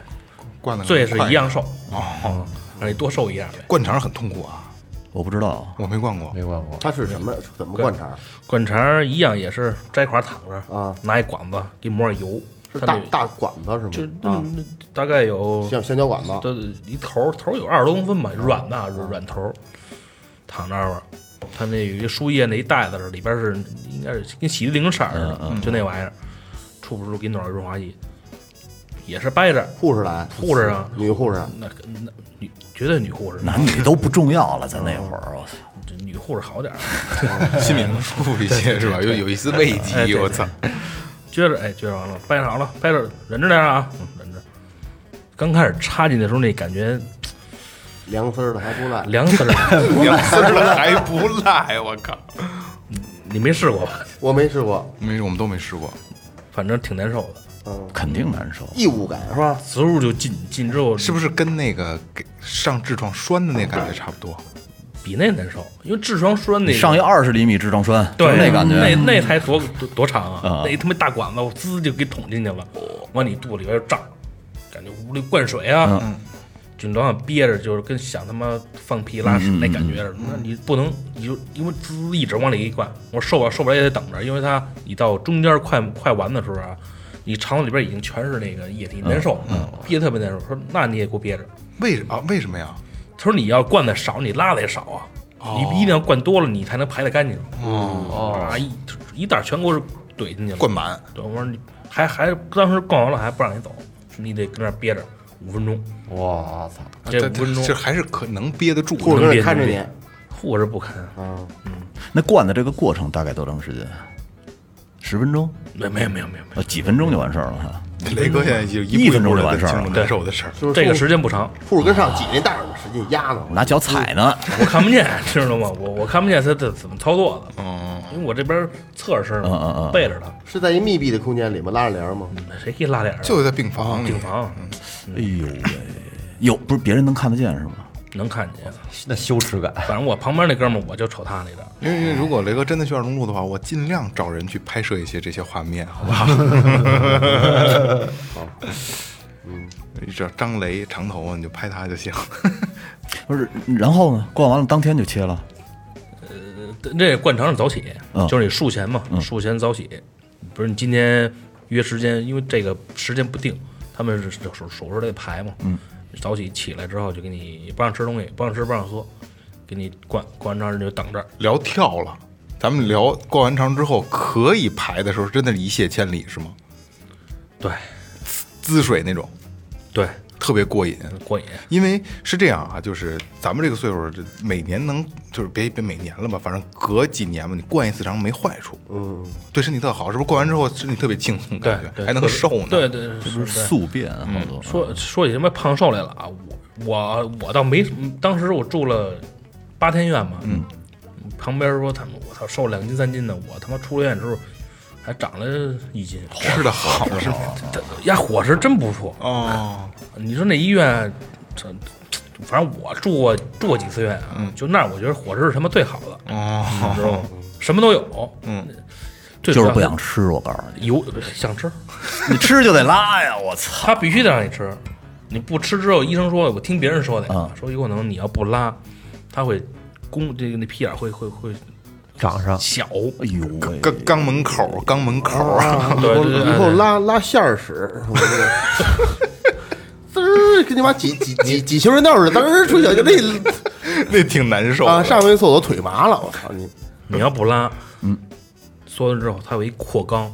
Speaker 3: 灌的
Speaker 6: 罪是一样，受
Speaker 3: 嗯哦，
Speaker 6: 让你多受一样呗。
Speaker 3: 灌肠很痛苦啊，
Speaker 5: 我不知道，
Speaker 3: 我没灌过。
Speaker 1: 没逛过，
Speaker 4: 它是什么？怎么灌肠？
Speaker 6: 灌肠一样也是摘块躺着
Speaker 4: 啊，
Speaker 6: 拿一管子给抹上油，
Speaker 4: 是
Speaker 6: 它
Speaker 4: 大
Speaker 6: 那
Speaker 4: 大管子
Speaker 6: 就是嗯那
Speaker 4: 吗？
Speaker 6: 那大概有
Speaker 4: 啊，像香蕉管子。
Speaker 6: 都一头头有二十多公分吧，软的啊软头，躺那儿，他那有一输液那一袋子似的，里边是应该是跟洗涤灵色儿似
Speaker 3: 嗯
Speaker 6: 的，就那玩意儿，出不出给你弄点润滑液，也是掰着，
Speaker 4: 护士来，
Speaker 6: 护士啊
Speaker 4: 女护士，
Speaker 6: 那那女绝对女护士，
Speaker 5: 男女都不重要了，咱那会
Speaker 3: 哦
Speaker 5: 儿，我操
Speaker 6: 这女护士好点儿，
Speaker 3: 心里能舒服一些是吧？有有一丝慰
Speaker 6: 哎对
Speaker 3: 藉，
Speaker 6: 对
Speaker 3: 我操！
Speaker 6: 撅着哎撅着完了，掰着好了，掰着忍着点儿啊，嗯忍着。刚开始插进去的时候，那感觉
Speaker 4: 凉丝儿的还不赖。
Speaker 6: 凉 丝儿，
Speaker 3: 两丝儿了还不赖，我靠！
Speaker 6: 你没试过吧？
Speaker 4: 我没试过，
Speaker 3: 没，我们都没试过。
Speaker 6: 反正挺难受的，
Speaker 5: 肯定难受。
Speaker 4: 异物感是吧？
Speaker 6: 植入就进进之后，
Speaker 3: 是不是跟那个给上痔疮栓的那感觉差不多？
Speaker 6: 比那难受，因为痔疮栓那
Speaker 5: 你
Speaker 6: 个
Speaker 5: 上一二十厘米痔疮栓，就
Speaker 6: 对
Speaker 5: 是那感
Speaker 6: 那
Speaker 5: 觉，
Speaker 6: 那才多多多长啊
Speaker 5: 啊！
Speaker 6: 那他妈大管子，我
Speaker 5: 嗯
Speaker 6: 滋就给捅进去了，往你肚里边就胀，感觉屋里灌水啊，就你老想憋着，就是跟想他妈放屁拉
Speaker 5: 嗯
Speaker 6: 屎那感觉似的。那你不能，你就因为滋一直往里一灌，我受不啊了，受不了也得等着，因为它你到中间快快完的时候啊，你肠子里边已经全是那个液体，
Speaker 5: 嗯
Speaker 6: 难受，憋特别难受。说那你也给我憋着。
Speaker 3: 为啊为什么呀？
Speaker 6: 他说你要灌的少，你拉的也少啊，
Speaker 7: 哦
Speaker 6: 你一定要灌多了，你才能排得干净。哦，啊一一袋全给我怼进去了，
Speaker 3: 灌满，
Speaker 6: 对，我说你还还当时逛完了还不让你走，你得跟那儿憋着五分钟。
Speaker 7: 我操，
Speaker 6: 这
Speaker 3: 这
Speaker 6: 五分钟
Speaker 3: 这还是可能憋得住的。
Speaker 7: 护士跟那看着你，
Speaker 6: 护士不啊肯，
Speaker 7: 啊
Speaker 5: 那灌的这个过程大概多长时间？十分钟？
Speaker 6: 没没有没有没有没
Speaker 5: 呃，几分钟就完事儿了是吧？
Speaker 3: 雷哥现在就
Speaker 5: 一
Speaker 3: 一步
Speaker 5: 分
Speaker 3: 一
Speaker 5: 钟
Speaker 3: 步
Speaker 5: 就完
Speaker 3: 的
Speaker 5: 事儿
Speaker 3: 清楚
Speaker 5: 了
Speaker 3: 难受的事儿。
Speaker 7: 就
Speaker 6: 有，
Speaker 7: 是
Speaker 6: 这个
Speaker 7: 护
Speaker 6: 时间不长，
Speaker 7: 护士跟上挤那袋儿，使劲压呢。
Speaker 5: 拿脚踩呢，
Speaker 6: 我看不见， 知道吗？我我看不见他他怎么操作的，
Speaker 3: 嗯，
Speaker 6: 因为我这边侧着身
Speaker 5: 嗯嗯
Speaker 6: 嘛
Speaker 5: 嗯，
Speaker 6: 背着他，
Speaker 7: 是在一密闭的空间里面拉着帘儿吗？
Speaker 6: 谁给拉脸儿啊？
Speaker 3: 就在病房里
Speaker 6: 病。房
Speaker 5: 哎呦喂，有不是别人能看得见是吗？
Speaker 6: 能看见，
Speaker 1: 那羞耻感，
Speaker 6: 反正我旁边那哥们儿我就瞅他那个，
Speaker 3: 因为因为如果雷哥真的去二龙路的话，我尽量找人去拍摄一些这些画面，好吧？嗯，这张雷长头发你就拍他就行。
Speaker 5: 不是，然后呢？灌完了当天就切了，
Speaker 6: 这灌肠是早起
Speaker 5: 嗯，
Speaker 6: 就是你术前嘛，术前早起，不是你今天约时间，因为这个时间不定，他们是手手手术得排嘛，嗯，早起起来之后就给你不让吃东西，不让吃不让喝，给你灌灌完肠你就等着，
Speaker 3: 聊跳了，咱们聊灌完肠之后可以排的时候，真的是一泻千里是吗？
Speaker 6: 对
Speaker 3: 滋水那种，
Speaker 6: 对，
Speaker 3: 特别过瘾。
Speaker 6: 过瘾，
Speaker 3: 因为是这样啊，就是咱们这个岁数，这每年能就是别别每年了吧，反正隔几年嘛，你灌一次肠没坏处，嗯，对身体特好，是不是？灌完之后身体特别轻松，
Speaker 6: 对
Speaker 3: 感觉
Speaker 6: 对，
Speaker 3: 还能
Speaker 6: 特别
Speaker 3: 瘦呢。
Speaker 6: 对对
Speaker 5: 这不是
Speaker 6: 对
Speaker 5: 宿便啊好多。
Speaker 6: 嗯说说起什么胖瘦来了啊，我我我倒没，当时我住了八天院嘛，嗯，旁边说他们我操瘦两斤三斤的，我他妈出了院之后还长了一斤，
Speaker 3: 吃的好是 吗？
Speaker 6: 这呀伙食真不错。
Speaker 3: 哦，
Speaker 6: 你说那医院，这反正我住过住过几次院啊，就那儿我觉得伙食是他妈最好的，你知道吗？什么都有，嗯，就
Speaker 5: 就是不想吃，我告诉你，
Speaker 6: 油想吃，
Speaker 5: 你吃就得拉呀！我操，
Speaker 6: 他必须得让你吃，你不吃之后，医生说，我听别人说的，说有可能你要不拉，他会弓这个那屁眼儿会会会
Speaker 1: 长上
Speaker 6: 小，
Speaker 5: 哎呦喂，
Speaker 3: 肛肛门口，肛门口，
Speaker 6: 啊对对对
Speaker 4: 啊以后拉拉线儿使，我这个滋儿跟你妈挤挤挤挤行人道似的，滋儿出去就 那
Speaker 3: 那挺难受的
Speaker 4: 啊，上回厕所腿麻了，我操你！
Speaker 6: 你要不拉，嗯，啊缩了之后，它有一扩肛，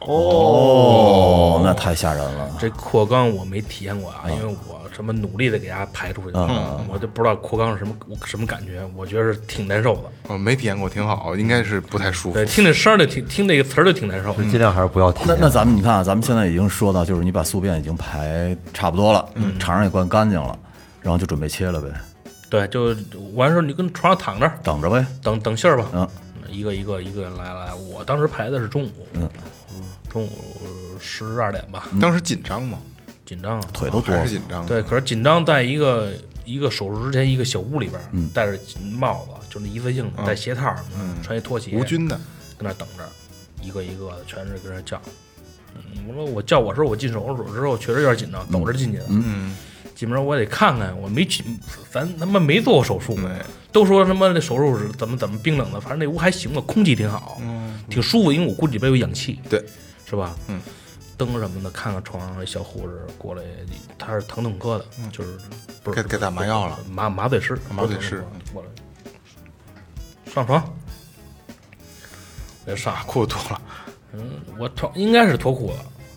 Speaker 5: 哦，那太吓人了。
Speaker 6: 这扩肛我没体验过啊，啊因为我什么努力的给它排出去，我就不知道扩肛是什么什么感觉，我觉得是挺难受的，
Speaker 3: 我哦没体验过，挺好，应该是不太舒服
Speaker 6: 对，。听这声儿就挺听这个词儿就挺难受，
Speaker 1: 尽量还是不要体
Speaker 5: 那
Speaker 1: 验。
Speaker 5: 那咱们你看啊，咱们现在已经说到，就是你把宿便已经排差不多了，肠儿也灌干净了，然后就准备切了呗，
Speaker 6: 嗯对，就完事儿你跟床上躺着，
Speaker 5: 等着呗。
Speaker 6: 等等信儿吧。
Speaker 5: 嗯，
Speaker 6: 一个一个一个来来。我当时排的是中午，嗯，中午十二点吧，
Speaker 3: 当时紧张吗？
Speaker 6: 紧张啊。
Speaker 5: 腿都多
Speaker 3: 还
Speaker 5: 了
Speaker 3: 是，紧张？，
Speaker 6: 对，可是紧张在一个一个手术之前一个小屋里边，戴着帽子，就那一次性的，戴鞋套，穿一拖鞋，
Speaker 3: 无菌的，
Speaker 6: 跟那等着，一个一个的全是跟那叫。嗯我说我叫我时候，我进手术室之后确实有点紧张，抖着进去的。嗯，进门我得看看，我没去，咱他妈没做过手术，
Speaker 3: 嗯
Speaker 6: 都说他妈那手术室怎么怎么冰冷的，反正那屋还行吧，空气挺好，
Speaker 3: 嗯
Speaker 6: 挺舒服，因为我估计里边有氧气，
Speaker 3: 对，
Speaker 6: 是吧？嗯，灯什么的，看看床上那小护士过来，他是疼痛科的，就是不
Speaker 3: 该
Speaker 6: 是
Speaker 3: 该打麻药了。
Speaker 6: 麻麻醉师，
Speaker 3: 嗯麻醉师
Speaker 6: 不是疼痛科过来，上床，别上。
Speaker 3: 裤子脱了，
Speaker 6: 我脱应该是脱裤子，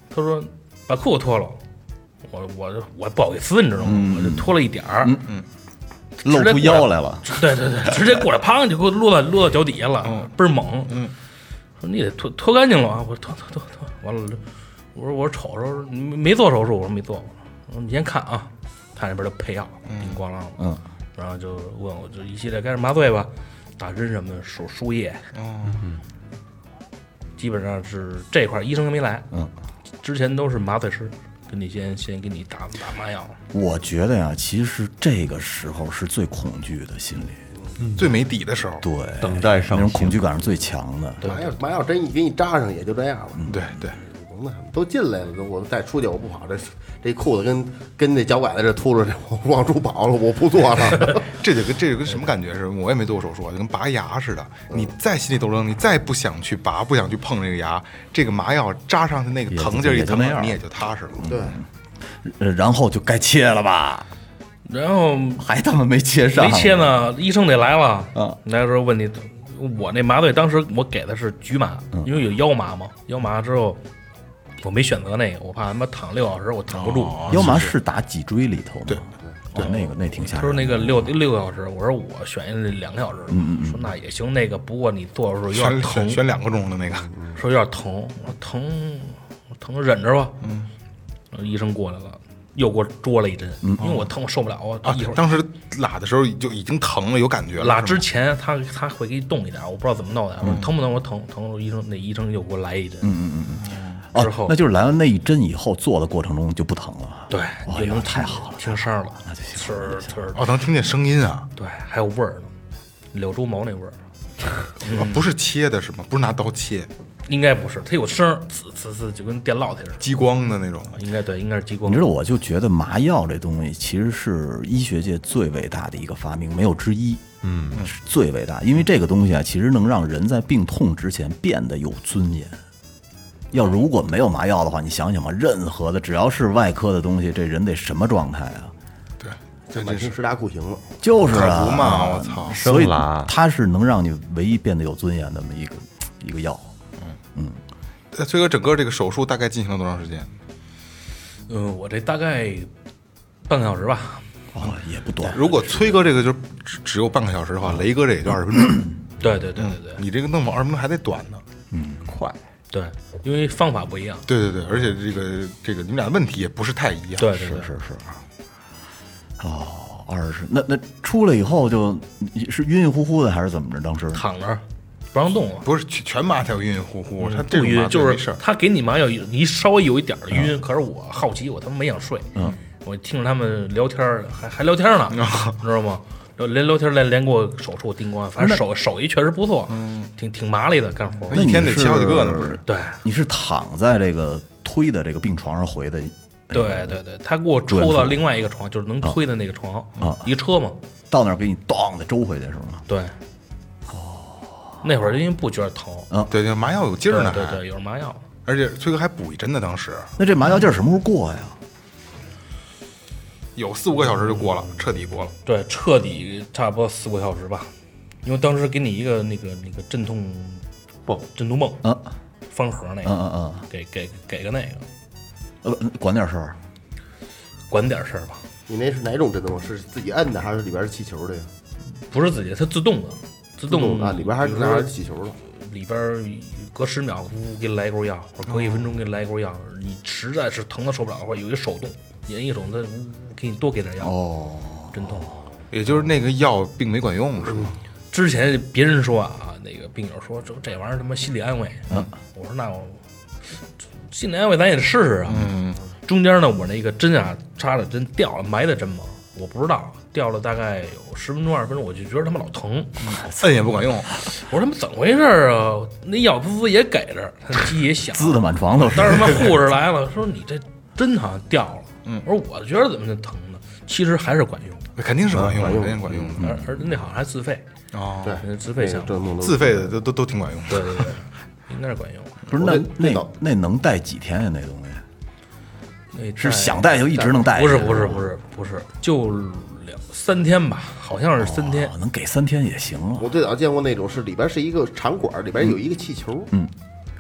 Speaker 6: 他说把裤子脱了，我我我不好给撕，你知道吗？
Speaker 3: 嗯
Speaker 6: 我就脱了一点儿，
Speaker 5: 露出腰来了。
Speaker 6: 对对对，直接过来，砰就给我落到落到脚底下了，倍儿猛。嗯，说你得脱脱干净了啊！我说脱脱脱脱，完了，我说我瞅瞅，没没做手术，我说没做过。我说你先看啊，看那边的配药，叮咣啷，嗯，然后就问我就一系列该是麻醉吧，打针什么的，手输液，嗯，基本上是这块儿医生还没来，嗯，之前都是麻醉师给你先先给你打打麻药，
Speaker 5: 我觉得呀，其实这个时候是最恐惧的心理，
Speaker 3: 最没底的时候。
Speaker 5: 对，
Speaker 1: 等待
Speaker 5: 那
Speaker 1: 上
Speaker 5: 种
Speaker 1: 刑
Speaker 5: 恐惧感是最强的。
Speaker 6: 嗯
Speaker 4: 麻药麻药针一给你扎上也就这样了，
Speaker 3: 对对，
Speaker 4: 的，都进来了，我再出去我不跑，这这裤子跟跟那脚崴在这秃噜着，我往出跑了，我不做了。
Speaker 3: 这就跟这就跟什么感觉是？我也没做过手术啊，就跟拔牙似的。你再心理斗争，你再不想去拔，不想去碰这个牙，这个麻药扎上去那个
Speaker 5: 也
Speaker 3: 疼劲儿一
Speaker 5: 也就
Speaker 3: 疼
Speaker 5: 那样，
Speaker 3: 你也就踏实了。
Speaker 4: 对，
Speaker 5: 呃然后就该切了吧，
Speaker 6: 然后
Speaker 5: 还他妈没切上，嗯
Speaker 6: 没切，呢，医生得来了。
Speaker 5: 啊，
Speaker 6: 来的时候问你，我那麻醉当时我给的是局麻，
Speaker 5: 嗯
Speaker 6: 因为有腰麻嘛，腰麻之后我没选择那个，我怕他妈躺六小时我躺不住。
Speaker 5: 腰麻哦是打脊椎里头吗？
Speaker 3: 对
Speaker 5: 对，那个那挺吓
Speaker 6: 他
Speaker 5: 人。
Speaker 6: 说那个六六个小时，我说我选那两个小时的，说那也行，那个不过你做的时候有点
Speaker 3: 选
Speaker 6: 疼
Speaker 3: 选，选两个钟的那个，
Speaker 6: 说有点疼，我说疼，我疼忍着吧。嗯，医生过来了，又给我捉了一针，
Speaker 5: 嗯
Speaker 6: 因为我疼我受不了，我
Speaker 5: 哦
Speaker 3: 啊
Speaker 6: 一会儿
Speaker 3: 当时拉的时候就已经疼了，有感觉了。
Speaker 6: 拉
Speaker 3: 是吗
Speaker 6: 之前他他会给你动一点，我不知道怎么弄的，
Speaker 5: 嗯
Speaker 6: 我说疼不疼？我说疼疼，我说医生那医生又给我来一针，之
Speaker 5: 哦
Speaker 6: 后，
Speaker 5: 那就是来了那一针以后，做的过程中就不疼了。
Speaker 6: 对，
Speaker 5: 哇
Speaker 6: 就能
Speaker 5: 哎太好了
Speaker 6: 听声儿了，
Speaker 5: 那就行
Speaker 6: 呲儿呲儿，
Speaker 3: 哦，能听见声音啊，
Speaker 6: 对，还有味儿呢，柳州毛那味儿，嗯
Speaker 3: 啊不是切的是吗？不是拿刀切，
Speaker 6: 应该不是，它有声儿，呲呲呲，就跟电烙铁似的，
Speaker 3: 激光的那种。
Speaker 6: 应该对，应该是激光。
Speaker 5: 你知道，我就觉得麻药这东西其实是医学界最伟大的一个发明，没有之一。嗯，是最伟大，因为这个东西啊，其实能让人在病痛之前变得有尊严。要如果没有麻药的话，你想想吧，任何的只要是外科的东西，这人得什么状态啊？
Speaker 3: 对，
Speaker 4: 这满清十大酷刑了，
Speaker 5: 就是
Speaker 3: 可
Speaker 5: 啊，
Speaker 3: 不嘛！我操，
Speaker 5: 所以
Speaker 1: 生拉
Speaker 5: 它是能让你唯一变得有尊严的这么一个一个药。
Speaker 3: 呃崔哥，整个这个手术大概进行了多长时间？
Speaker 6: 嗯，我这大概半个小时吧，
Speaker 5: 哦，也不短，
Speaker 3: 如果崔哥这个就只只有半个小时的话，雷哥这也就二十分 钟。
Speaker 6: 对对对对对
Speaker 5: 嗯
Speaker 3: 你这个弄完二十分钟还得短呢。
Speaker 1: 快，
Speaker 6: 对，因为方法不一样，
Speaker 3: 对对对，而且这个这个你们俩的问题也不是太一样。
Speaker 6: 对对对，
Speaker 5: 是是。哦，二十，那那出来以后就是晕晕乎乎的，还是怎么着？当时
Speaker 6: 躺那儿不让动了。
Speaker 3: 不是全全麻才有晕晕乎乎，他这种
Speaker 6: 嗯不
Speaker 3: 麻醉
Speaker 6: 晕，就
Speaker 3: 没
Speaker 6: 是
Speaker 3: 事儿。嗯
Speaker 6: 他给你麻药，你稍微有一点儿晕，可是我好奇，我他妈没想睡，嗯，我听着他们聊天儿，还还聊天儿呢，
Speaker 3: 嗯
Speaker 6: 你知道吗？连聊天儿连连给我手术叮咣，反正手手艺确实不错，
Speaker 3: 嗯
Speaker 6: 挺挺麻利的干活儿。
Speaker 5: 那
Speaker 3: 一
Speaker 5: 你
Speaker 3: 天得
Speaker 5: 是
Speaker 3: 切好几个呢不是？
Speaker 6: 对
Speaker 5: 你是躺在这个推的这个病床上回的，
Speaker 6: 对对对，他给我
Speaker 5: 住院
Speaker 6: 抽到
Speaker 5: 住
Speaker 6: 另外一个床，就是能推的那个床，
Speaker 3: 嗯
Speaker 5: 啊
Speaker 6: 一车嘛，
Speaker 5: 到那儿给你当的周回去是吗？
Speaker 6: 对。那会儿因为不觉得疼，
Speaker 3: 对对，麻药有劲
Speaker 6: 对
Speaker 3: 哦儿呢，
Speaker 6: 对
Speaker 3: 还
Speaker 6: 对，有麻药。
Speaker 3: 而且崔哥还补一针呢，当时
Speaker 5: 那这麻药劲儿什么时候过呀？
Speaker 3: 有四五个小时就过了，彻底过了。
Speaker 6: 对，彻底差不多四五个小时吧，因为当时给你一个那个那个镇痛泵，镇痛泵，
Speaker 5: 嗯
Speaker 6: 方盒那个，
Speaker 5: 嗯嗯嗯，
Speaker 6: 给给给个那个，
Speaker 5: 呃，管点事儿。
Speaker 6: 管点事儿吧，
Speaker 4: 你那是哪种震动？是自己摁的还是里边是气球的呀？
Speaker 6: 不是自己，它自动的，自动
Speaker 4: 啊，里边还是
Speaker 6: 比如
Speaker 4: 那还
Speaker 6: 说哦
Speaker 4: 是气球的。
Speaker 6: 里边儿隔十秒呜给你来一锅药，或者隔一分钟给你来一锅药，你实在是疼的受不了的话，有一个手动，你摁一手动，它呜给你多给点药，哦，镇痛。
Speaker 3: 也就是那个药并没管用，是吗？
Speaker 6: 之前别人说啊，那个病友说这这玩意儿他妈心理安慰，我说那我心理安慰咱也得试试啊。嗯，中间呢，我那个针啊插的针掉了，埋的针嘛，我不知道掉了大概有十分钟二十分钟，我就觉得他妈老疼，嗯
Speaker 3: 摁也不管用，
Speaker 6: 我说他妈怎么回事儿啊？那药滋滋也给着，他鸡也 响，
Speaker 5: 滋的满床都是
Speaker 6: 当时他妈护士来 了，说你这针好像掉了，我说我觉得怎么就疼呢？其实还是管用的，
Speaker 3: 肯定是管用，的，肯定管用的。
Speaker 6: 而而那好像还自 费，
Speaker 3: 哦，
Speaker 6: 对，自费项目，
Speaker 4: 震动都
Speaker 3: 自费的都都都挺管用的。
Speaker 6: 对对对，应该是管用。
Speaker 5: 不是
Speaker 4: 我
Speaker 5: 那
Speaker 4: 这这
Speaker 5: 那
Speaker 4: 脑
Speaker 5: 那能戴几天呀？那东西
Speaker 6: 那
Speaker 5: 是
Speaker 6: 带
Speaker 5: 想戴就一直能戴？
Speaker 6: 不是不是不是不是，就两三天吧，好像是三天
Speaker 5: 哦，。能给三天也行啊。
Speaker 4: 我最早见过那种是里边是一个长管，里边有一个气球，嗯，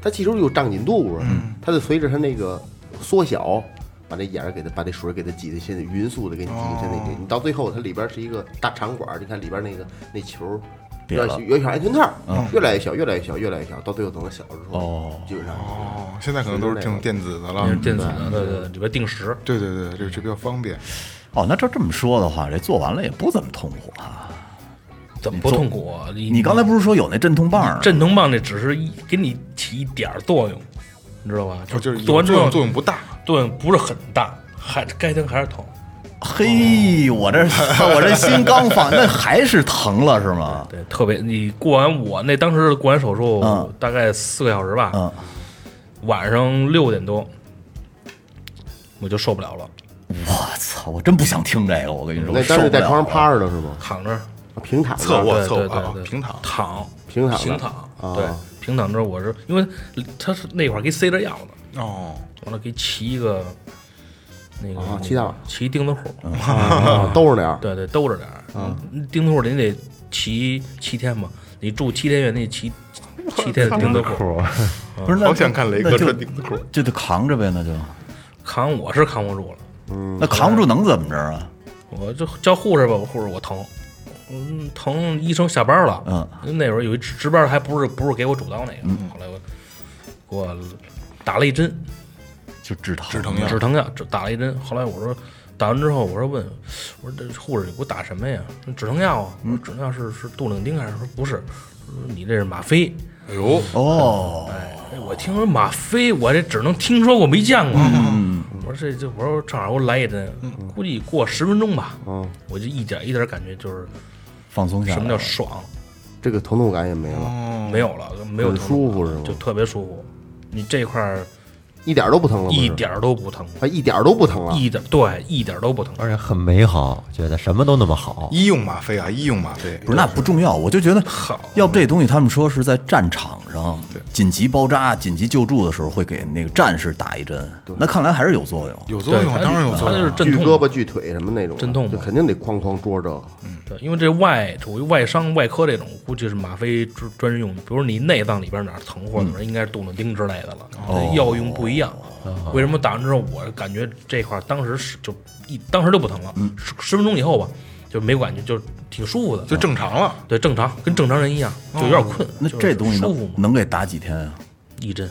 Speaker 4: 它气球有胀紧度啊，它就随着它那个缩小，把那眼儿给它把那水给它挤的，现在匀速的给你挤进身体里。你到最后它里边是一个大长管，你看里边那个那球。
Speaker 5: 瘪
Speaker 4: 越
Speaker 5: 了
Speaker 4: 越小安全套，越来越小，越来越小，越来越小，到最后等它小了之后，基本上
Speaker 3: 哦，现在可能都是这种电子的了
Speaker 6: 也。是电子的，对对，对里边定时。
Speaker 3: 对对对，这这比较方便。
Speaker 5: 哦，那照这么说的话，这做完了也不怎么痛苦啊。
Speaker 6: 怎么不痛苦啊？你
Speaker 5: 你刚才不是说有那镇痛棒儿？
Speaker 6: 镇痛棒那只是一给你起一点儿作用，你知道吧？
Speaker 3: 哦就是有
Speaker 6: 做完之
Speaker 3: 作
Speaker 6: 后
Speaker 3: 用作用不大，
Speaker 6: 作用不是很大，还该疼还是疼。
Speaker 5: 嘿，我 这我这心刚放，那还是疼了是吗？
Speaker 6: 对，特别你过完我那当时过完手术
Speaker 5: 嗯
Speaker 6: 大概四个小时吧，
Speaker 5: 嗯
Speaker 6: 晚上六点多我就受不了了，
Speaker 5: 我操，我真不想听这个，我跟你说，
Speaker 4: 那
Speaker 5: 我
Speaker 4: 当
Speaker 5: 受
Speaker 4: 时
Speaker 5: 不
Speaker 4: 在
Speaker 5: 了
Speaker 4: 床上趴着呢是吗？
Speaker 6: 躺着
Speaker 4: 啊平躺着
Speaker 3: 侧卧
Speaker 6: 对
Speaker 3: 侧卧
Speaker 6: 对对
Speaker 3: 啊
Speaker 6: 对，
Speaker 3: 平躺，
Speaker 6: 躺
Speaker 4: 平躺着
Speaker 6: 平躺，
Speaker 4: 啊
Speaker 6: 对，平躺着我是因为他是那会儿给塞着药呢，
Speaker 3: 哦，
Speaker 6: 完了给骑一个那个
Speaker 4: 啊骑大马
Speaker 6: 骑钉子户，
Speaker 4: 啊，兜着点儿，
Speaker 6: 对对，兜着点儿。嗯，钉子户你得骑七天嘛，你住七天院，你得骑七天的钉子户。
Speaker 1: 裤儿
Speaker 5: 不是，那
Speaker 3: 好想看雷
Speaker 5: 那
Speaker 3: 哥
Speaker 5: 就
Speaker 3: 穿丁字裤。
Speaker 5: 就得扛着呗，那就
Speaker 6: 扛我是扛不住了，
Speaker 5: 那扛不住能怎么着啊？
Speaker 6: 我就叫护士吧，护士我疼，嗯，疼，医生下班了。嗯，那会儿有一值值班，还不是不是给我主刀那
Speaker 4: 嗯
Speaker 6: 个，后来我给我打了一针
Speaker 5: 就止疼，
Speaker 3: 止疼药
Speaker 6: 止疼药，只打了一针。后来我说。打完之后，我说问，我说这护士你给我打什么呀？止疼药啊，我说止疼药是是杜冷丁还是说不是？说你这是吗啡，
Speaker 3: 哎呦，
Speaker 5: 哦，
Speaker 6: 哎，我听说吗啡，我这只能听说过没见过。
Speaker 4: 嗯
Speaker 5: 嗯
Speaker 6: 我说这这，我说正好给我来一针，估计过十分钟吧。
Speaker 4: 嗯
Speaker 6: 我就一点一点感觉就是
Speaker 5: 放松下来。
Speaker 6: 什么叫爽，
Speaker 4: 这个疼痛感也没了，
Speaker 6: 没有了，没有
Speaker 4: 嗯很
Speaker 6: 疼
Speaker 4: 舒服是吗
Speaker 6: 就特别舒服。你这块儿
Speaker 4: 一点儿都不疼了吗？
Speaker 6: 一
Speaker 4: 是
Speaker 6: 点儿都不疼，
Speaker 4: 啊，一点儿都不疼了。
Speaker 6: 一点对一点儿都不疼。
Speaker 1: 而且很美好，觉得什么都那么好。
Speaker 3: 医用吗啡啊，医用吗啡，
Speaker 5: 不是那不重要，我就觉得
Speaker 6: 好，
Speaker 5: 要不这东西他们说是在战场上紧急包扎、紧急救助的时候会给那个战士打一针，那看来还是有作用。
Speaker 3: 有作
Speaker 6: 对，
Speaker 3: 用，啊
Speaker 6: 它
Speaker 3: 当然有
Speaker 6: 它
Speaker 3: 作
Speaker 6: 就是
Speaker 3: 用。
Speaker 6: 镇
Speaker 4: 锯
Speaker 6: 痛
Speaker 4: 胳
Speaker 6: 嘛，
Speaker 4: 膊、锯腿什么那种的，
Speaker 6: 镇痛
Speaker 4: 就
Speaker 6: 嘛
Speaker 4: 肯定得哐哐捉这个。
Speaker 6: 对，因为这外属于外伤、外科这种，估计是吗啡专专用。比如你内脏里边哪儿疼或者哪儿应该是杜冷丁之类的了，这药用不一样。为什么打完之后我感觉这块儿当时是就一当时就不疼了，十十分钟以后吧就没有感觉，就挺舒服的，
Speaker 3: 就正常了，
Speaker 6: 对正常，跟正常人一样，就有点困。
Speaker 5: 那
Speaker 6: 就是
Speaker 5: 这东西
Speaker 6: 舒服
Speaker 5: 能
Speaker 6: 吗？
Speaker 5: 能给打几天啊？
Speaker 6: 一针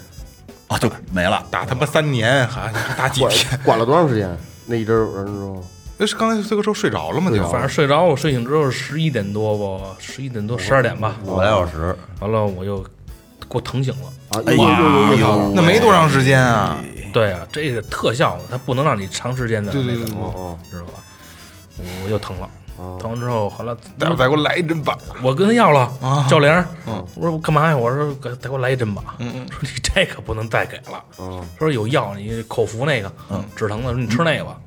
Speaker 5: 啊，就没了。
Speaker 3: 打他妈三年还打几
Speaker 4: 管
Speaker 3: 天？
Speaker 4: 管了多长时间？那一针儿完了之后，
Speaker 3: 那是刚才这个时候睡着了吗？就
Speaker 6: 反正睡着，我睡醒之后十一点多吧，十一点多十二点吧，
Speaker 5: 哦
Speaker 1: 五个来小时，
Speaker 6: 完了我又给我疼醒了。
Speaker 4: 啊，又又又又疼了。
Speaker 3: 那没多长时间啊，
Speaker 6: 对啊，这个特效它不能让你长时间的
Speaker 3: 对对
Speaker 6: 那个
Speaker 3: 对对
Speaker 6: 哦，知道吧？我又疼了，疼完之后，后来
Speaker 3: 大夫再给我来一针吧。
Speaker 6: 我跟他要
Speaker 3: 啊
Speaker 6: 了，教练，
Speaker 3: 嗯
Speaker 6: 我说干嘛呀？我说给再给我来一针吧，说你这个不能再给了，说有药你口服那个
Speaker 3: 嗯
Speaker 6: 止疼的，说你吃那个吧。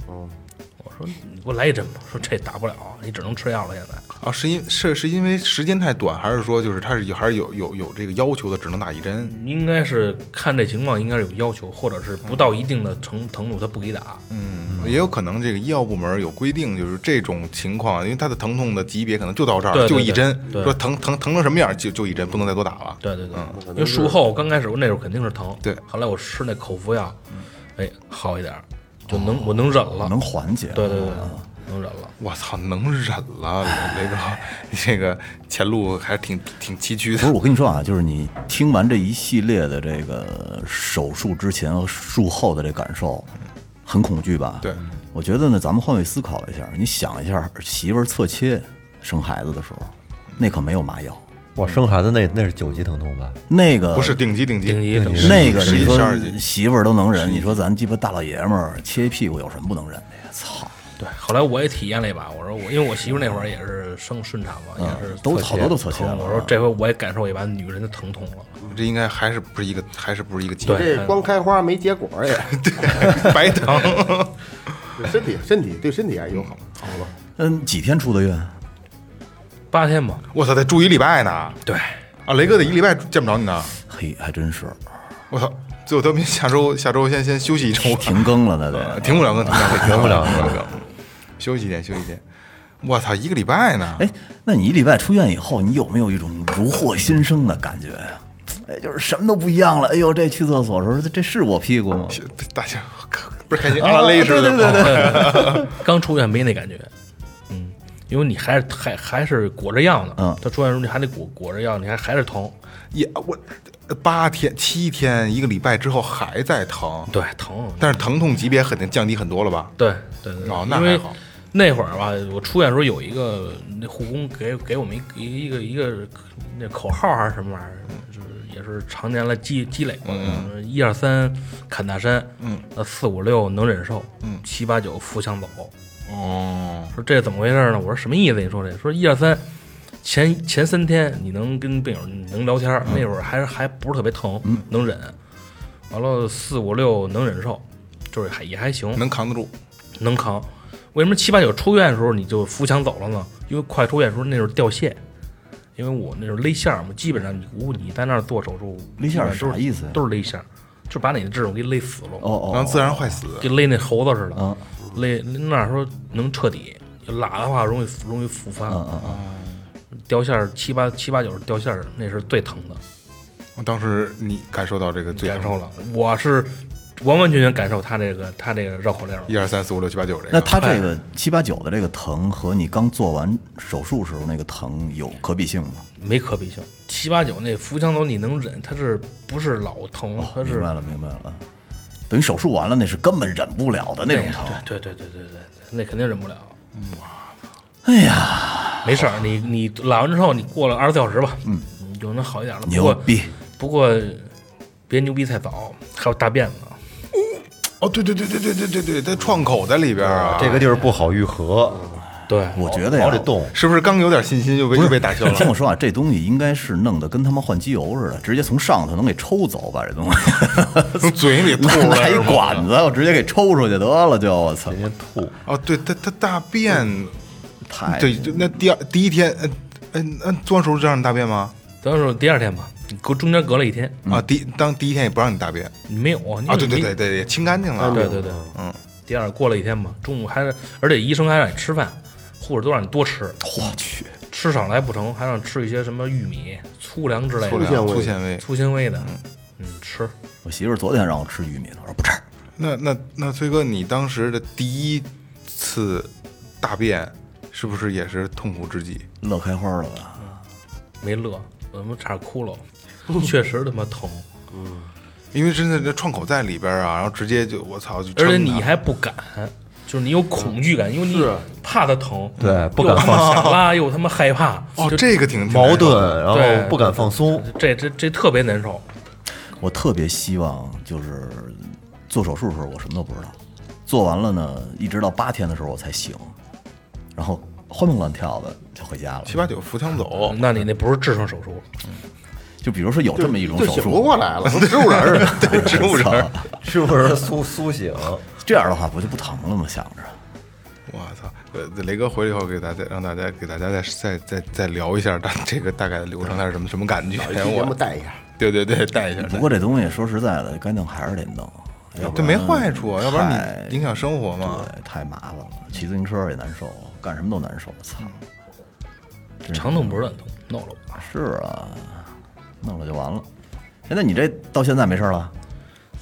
Speaker 6: 我说你给我来一针吧，说这打不了，你只能吃药了。现在
Speaker 3: 啊，是因是是因为时间太短，还是说就是它是还是有有有这个要求的，只能打一针？
Speaker 6: 应该是看这情况，应该是有要求，或者是不到一定的程程度他不给打。
Speaker 3: 嗯，也有可能这个医药部门有规定，就是这种情况，因为它的疼痛的级别可能就到这儿，
Speaker 6: 对对
Speaker 3: 就一针，
Speaker 6: 对
Speaker 3: 说疼疼疼成什么样就就一针，不能再多打了。
Speaker 6: 对对对，因为术后刚开始我那会儿肯定是疼，
Speaker 3: 嗯对嗯哦
Speaker 6: 后来我吃那口服药，哎，好一点儿，就能我能忍了，
Speaker 5: 啊能缓解，
Speaker 6: 对对对，能忍了。
Speaker 3: 我操，能忍了，雷哥，你这个前路还挺挺崎岖
Speaker 5: 不是
Speaker 3: 的。
Speaker 5: 我跟你说啊，就是你听完这一系列的这个手术之前和术后的这感受，很恐惧吧？
Speaker 3: 对，
Speaker 5: 我觉得呢，咱们换位思考一下，你想一下，媳妇儿侧切生孩子的时候，那可没有麻药，
Speaker 1: 我生孩子那那是九级疼痛吧？
Speaker 5: 那个
Speaker 3: 不是顶级顶级
Speaker 6: 顶级顶级
Speaker 5: 那个，
Speaker 3: 十一十
Speaker 5: 你说
Speaker 3: 二级
Speaker 5: 媳妇儿都能忍，你说咱鸡巴大老爷们儿切一屁股有什么不能忍的呀？操，
Speaker 6: 对，后来我也体验了一把，我说我因为我媳妇那会儿也是生顺产嘛，也是
Speaker 5: 都
Speaker 6: 侧
Speaker 5: 好多都侧切了。
Speaker 6: 疼，我说这回我也感受一把女人的疼痛了。
Speaker 3: 这应该还是不是一个，还是不是一个级别？
Speaker 6: 对嗯
Speaker 4: 这，光开花没结果也，
Speaker 3: 白疼。
Speaker 4: 对身体身体对身体还友好。
Speaker 5: 嗯，几天出的院？
Speaker 6: 八天吧，
Speaker 3: 我操，得住一礼拜呢。
Speaker 6: 对，
Speaker 3: 啊，雷哥得一礼拜见不着你呢。
Speaker 5: 嘿，还真是
Speaker 3: 我操，最后调频下周 下周先先休息一周吧。
Speaker 5: 停更了，那
Speaker 3: 呃
Speaker 5: 得。
Speaker 3: 停不了更，停不了更，停不了更，休息一天，休息一天。我操，一个礼拜呢！
Speaker 5: 哎，那你一礼拜出院以后，你有没有一种如获新生的感觉呀？哎，就是什么都不一样了。哎呦，这去厕所的时候，这这是我屁股吗？
Speaker 3: 大家不是啊开心阿拉蕾似的吗，
Speaker 5: 啊对对对
Speaker 6: 刚出院没那感觉，嗯，因为你还是还还是裹着药呢，
Speaker 5: 嗯
Speaker 6: 她出院的时候你还得裹裹着药，你还还是疼，
Speaker 3: 也我八天、七天、一个礼拜之后还在疼，
Speaker 6: 对，疼，
Speaker 3: 但是疼痛级别肯定降低很多了吧？
Speaker 6: 对对对，
Speaker 3: 哦
Speaker 6: 因
Speaker 3: 那还
Speaker 6: 为
Speaker 3: 好
Speaker 6: 那会儿吧，我出院的时候有一个那护工给给我们一个一个一个那口号还是什么玩意儿，就是也是常年来积积累过
Speaker 3: 嗯
Speaker 6: 的，一二三砍大山，嗯，四五六能忍受，嗯，七八九扶墙走。
Speaker 3: 哦，
Speaker 6: 说这怎么回事呢？我说什么意思？你说这？说一二三，前前
Speaker 3: 嗯
Speaker 6: 三天你能跟病友你能聊天，那会儿还是还不是特别疼，能忍。完了四五六能忍受，就是还也还行，
Speaker 3: 能扛得住。
Speaker 6: 能扛。为什么七八九出院的时候你就扶墙走了呢？因为快出院的时候那时候掉线，因为我那时候勒线儿嘛，基本上你无你在那儿做手术，
Speaker 5: 勒线儿
Speaker 6: 基本上
Speaker 5: 啥
Speaker 6: 都是
Speaker 5: 意思呀
Speaker 6: 都是勒线儿，就把你的痔疮给勒死了。
Speaker 5: 哦哦，
Speaker 3: 然后自然坏死，
Speaker 6: 就勒那猴子似的，
Speaker 5: 嗯
Speaker 6: 勒那时候能彻底，拉的话容易容易复发，
Speaker 5: 嗯嗯嗯，
Speaker 6: 掉线儿七八七八九是掉线儿，那是最疼的，
Speaker 3: 我当时你感受到这个最
Speaker 6: 感
Speaker 3: 疼
Speaker 6: 受了，我是完完全全感受他这个他这个绕口令了，
Speaker 3: 一二三四五六七八九这个。
Speaker 5: 那他这个七八九的这个疼和你刚做完手术时候那个疼有可比性吗？
Speaker 6: 没可比性。七八九那腹腔头你能忍，他是不是老疼？他
Speaker 5: 哦明
Speaker 6: 是
Speaker 5: 白了，明白了。等于手术完了，那是根本忍不了的那种疼。
Speaker 6: 对对对对对对，那肯定忍不了。
Speaker 5: 哎呀，
Speaker 6: 没事儿，你你拉完之后，你过了二十四小时吧，嗯，就能好一点了。不
Speaker 5: 牛
Speaker 6: 过
Speaker 5: 逼！
Speaker 6: 不过别牛逼太早，还有大便呢。
Speaker 3: 哦，对对对对对对对对，他创口在里边啊，
Speaker 1: 这个地儿不好愈合，
Speaker 6: 对，
Speaker 5: 我觉得
Speaker 1: 老
Speaker 5: 呀
Speaker 1: 得，动。
Speaker 3: 是不是刚有点信心就被就被打消
Speaker 5: 你听我
Speaker 3: 了？
Speaker 5: 说啊，这东西应该是弄得跟他妈换机油似的，直接从上头能给抽走，把这东西
Speaker 3: 从嘴里 吐出
Speaker 5: 拿
Speaker 3: 来
Speaker 5: 一
Speaker 3: 是吗
Speaker 5: 管子，我直接给抽出去得了，就我操，
Speaker 3: 哦，对，他他大便，
Speaker 6: 哎
Speaker 5: 太
Speaker 3: 对，就那第二第一天，嗯嗯嗯，做完手术就让你大便吗？
Speaker 6: 当时第二天吧，隔中间隔了一天，
Speaker 3: 啊，第当第一天也不让你大便
Speaker 6: 没有啊
Speaker 3: 啊，对对对，对，也清干净
Speaker 5: 啊
Speaker 6: 你
Speaker 3: 了，
Speaker 6: 对对对，嗯。第二过了一天嘛，中午还是，而且医生还让你吃饭，护士都让你多吃，
Speaker 5: 我去，
Speaker 6: 吃少了还不成，还让吃一些什么玉米、粗粮之类
Speaker 3: 粗
Speaker 6: 的，
Speaker 3: 粮粗纤维。
Speaker 6: 粗纤维的，嗯，吃。
Speaker 5: 我媳妇儿昨天让我吃玉米的，我说不吃，
Speaker 3: 那那那崔哥，你当时的第一次大便是不是也是痛苦至极？
Speaker 5: 乐开花了吧？
Speaker 6: 没乐，我他妈差点 哭了，确实他妈疼，
Speaker 3: 因为真的这创口在里边啊，然后直接就我操，就
Speaker 6: 而且
Speaker 3: 撑的
Speaker 6: 你还不敢，就是你有恐惧感，因为你
Speaker 3: 啊
Speaker 6: 怕它疼，
Speaker 1: 对不敢
Speaker 6: 又
Speaker 1: 放
Speaker 6: 想拉，又他妈害怕，
Speaker 3: 哦，
Speaker 6: 就
Speaker 3: 这个挺挺
Speaker 1: 矛
Speaker 3: 难受
Speaker 1: 盾，
Speaker 3: 的
Speaker 1: 然后不敢放松。
Speaker 6: 这这这特别难受，
Speaker 5: 我特别希望就是做手术的时候我什么都不知道，做完了呢，一直到八天的时候我才醒，然后欢蹦乱跳的就回家了。
Speaker 3: 七八九扶墙走，
Speaker 6: 那你那不是痔疮手术，
Speaker 5: 就比如说有这么一种
Speaker 4: 就
Speaker 5: 手
Speaker 4: 醒不
Speaker 5: 术，
Speaker 4: 过来了，都植物人 儿了。
Speaker 5: 对植物人，
Speaker 1: 是不是苏苏醒？
Speaker 5: 这样的话不就不疼了吗？想着，
Speaker 3: 我操！呃，雷哥回来以后给大家让大家给大家再再再再聊一下，大这个大概的流
Speaker 6: 嗯
Speaker 3: 程，它是什么什么感觉？
Speaker 7: 节目
Speaker 3: 哎我
Speaker 7: 带一下，
Speaker 3: 对对对，带一下。
Speaker 5: 不过这东西说实在的，该弄还是得弄，要不
Speaker 3: 这
Speaker 5: 然
Speaker 3: 没坏处啊，要不然
Speaker 5: 太
Speaker 3: 你影响生活嘛。
Speaker 6: 啊
Speaker 5: 对太麻烦了，骑自行车也难受，干什么都难受。操，
Speaker 6: 嗯
Speaker 3: 嗯
Speaker 6: 长痛不是短痛，弄了吧。
Speaker 5: 是啊，弄了就完了。现在你这到现在没事儿了？
Speaker 3: 嗯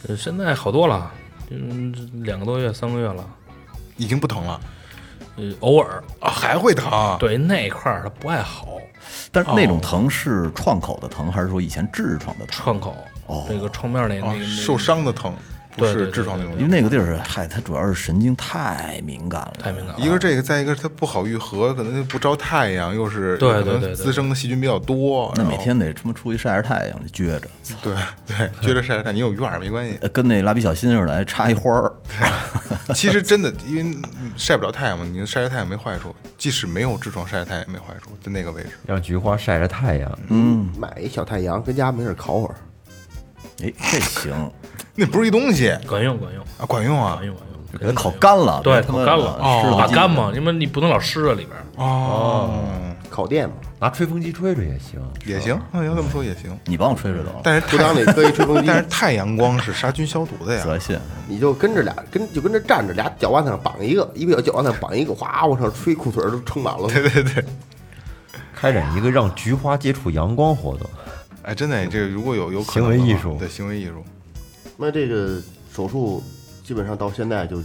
Speaker 6: 呃，现在好多了，嗯，两个多月、三个月了。
Speaker 3: 已经不疼了
Speaker 6: 呃，偶尔
Speaker 3: 啊，还会疼？
Speaker 6: 对那块儿它不爱好，
Speaker 5: 但是
Speaker 6: 哦
Speaker 5: 那种疼是创口的疼，还是说以前痔疮的疼？
Speaker 6: 创口那个创面儿那
Speaker 3: 啊
Speaker 6: 那，个
Speaker 3: 受伤的疼，不
Speaker 6: 对对
Speaker 3: 是
Speaker 6: 对
Speaker 3: 痔疮那种
Speaker 5: 因为。那个地儿，嗨，它主要是神经太敏感了，
Speaker 6: 太敏感了。
Speaker 3: 一个是这个，再一个是它不好愈合，可能就不照太阳，又是
Speaker 6: 对对
Speaker 3: 可能
Speaker 6: 对对
Speaker 3: 滋生的细菌比较多。
Speaker 5: 那
Speaker 3: 然后
Speaker 5: 每天得他妈出去晒晒太阳，撅着，操
Speaker 3: 对对，觉得晒晒太阳，你有院儿没 关系。
Speaker 5: 呃跟那蜡笔小新似的，还插一花儿。
Speaker 3: 其实真的，因为晒不了太阳嘛，你晒晒太阳没坏处，即使没有痔疮，晒晒太阳也没坏处，在那个位置。
Speaker 1: 让菊花晒着太阳，
Speaker 7: 买一小太阳，跟家没事烤会儿。
Speaker 5: 哎，这行，
Speaker 3: 那不是一东西啊，
Speaker 6: 管用管用
Speaker 3: 管用啊
Speaker 6: 管！用管用，
Speaker 5: 给它烤干了，
Speaker 6: 对，
Speaker 5: 别他
Speaker 6: 烤
Speaker 5: 妈
Speaker 6: 干了，哦
Speaker 5: 湿
Speaker 6: 把
Speaker 5: 了
Speaker 6: 干嘛？因为你不能老湿着里边儿。
Speaker 3: 哦，
Speaker 7: 烤店嘛，
Speaker 1: 拿吹风机吹吹也行。
Speaker 3: 也行，那要这么说也行。
Speaker 5: 你帮我吹吹得了，
Speaker 3: 但是
Speaker 7: 裤裆
Speaker 3: 太
Speaker 7: 里搁一吹风机
Speaker 3: 但，是太阳光是杀菌消毒的
Speaker 6: 啊
Speaker 3: 呀。
Speaker 5: 泽信，
Speaker 7: 你就跟着俩跟就跟着站着，俩脚腕子上绑一个，一个脚腕子上绑一个，哗往上吹，裤腿儿都撑满了。
Speaker 1: 开展一个让菊花接触阳光活动，
Speaker 3: 哎，真的，这个如果有有可能
Speaker 1: 行为
Speaker 3: 的话
Speaker 1: 艺术
Speaker 3: 对行为艺术，
Speaker 7: 那这个手术基本上到现在就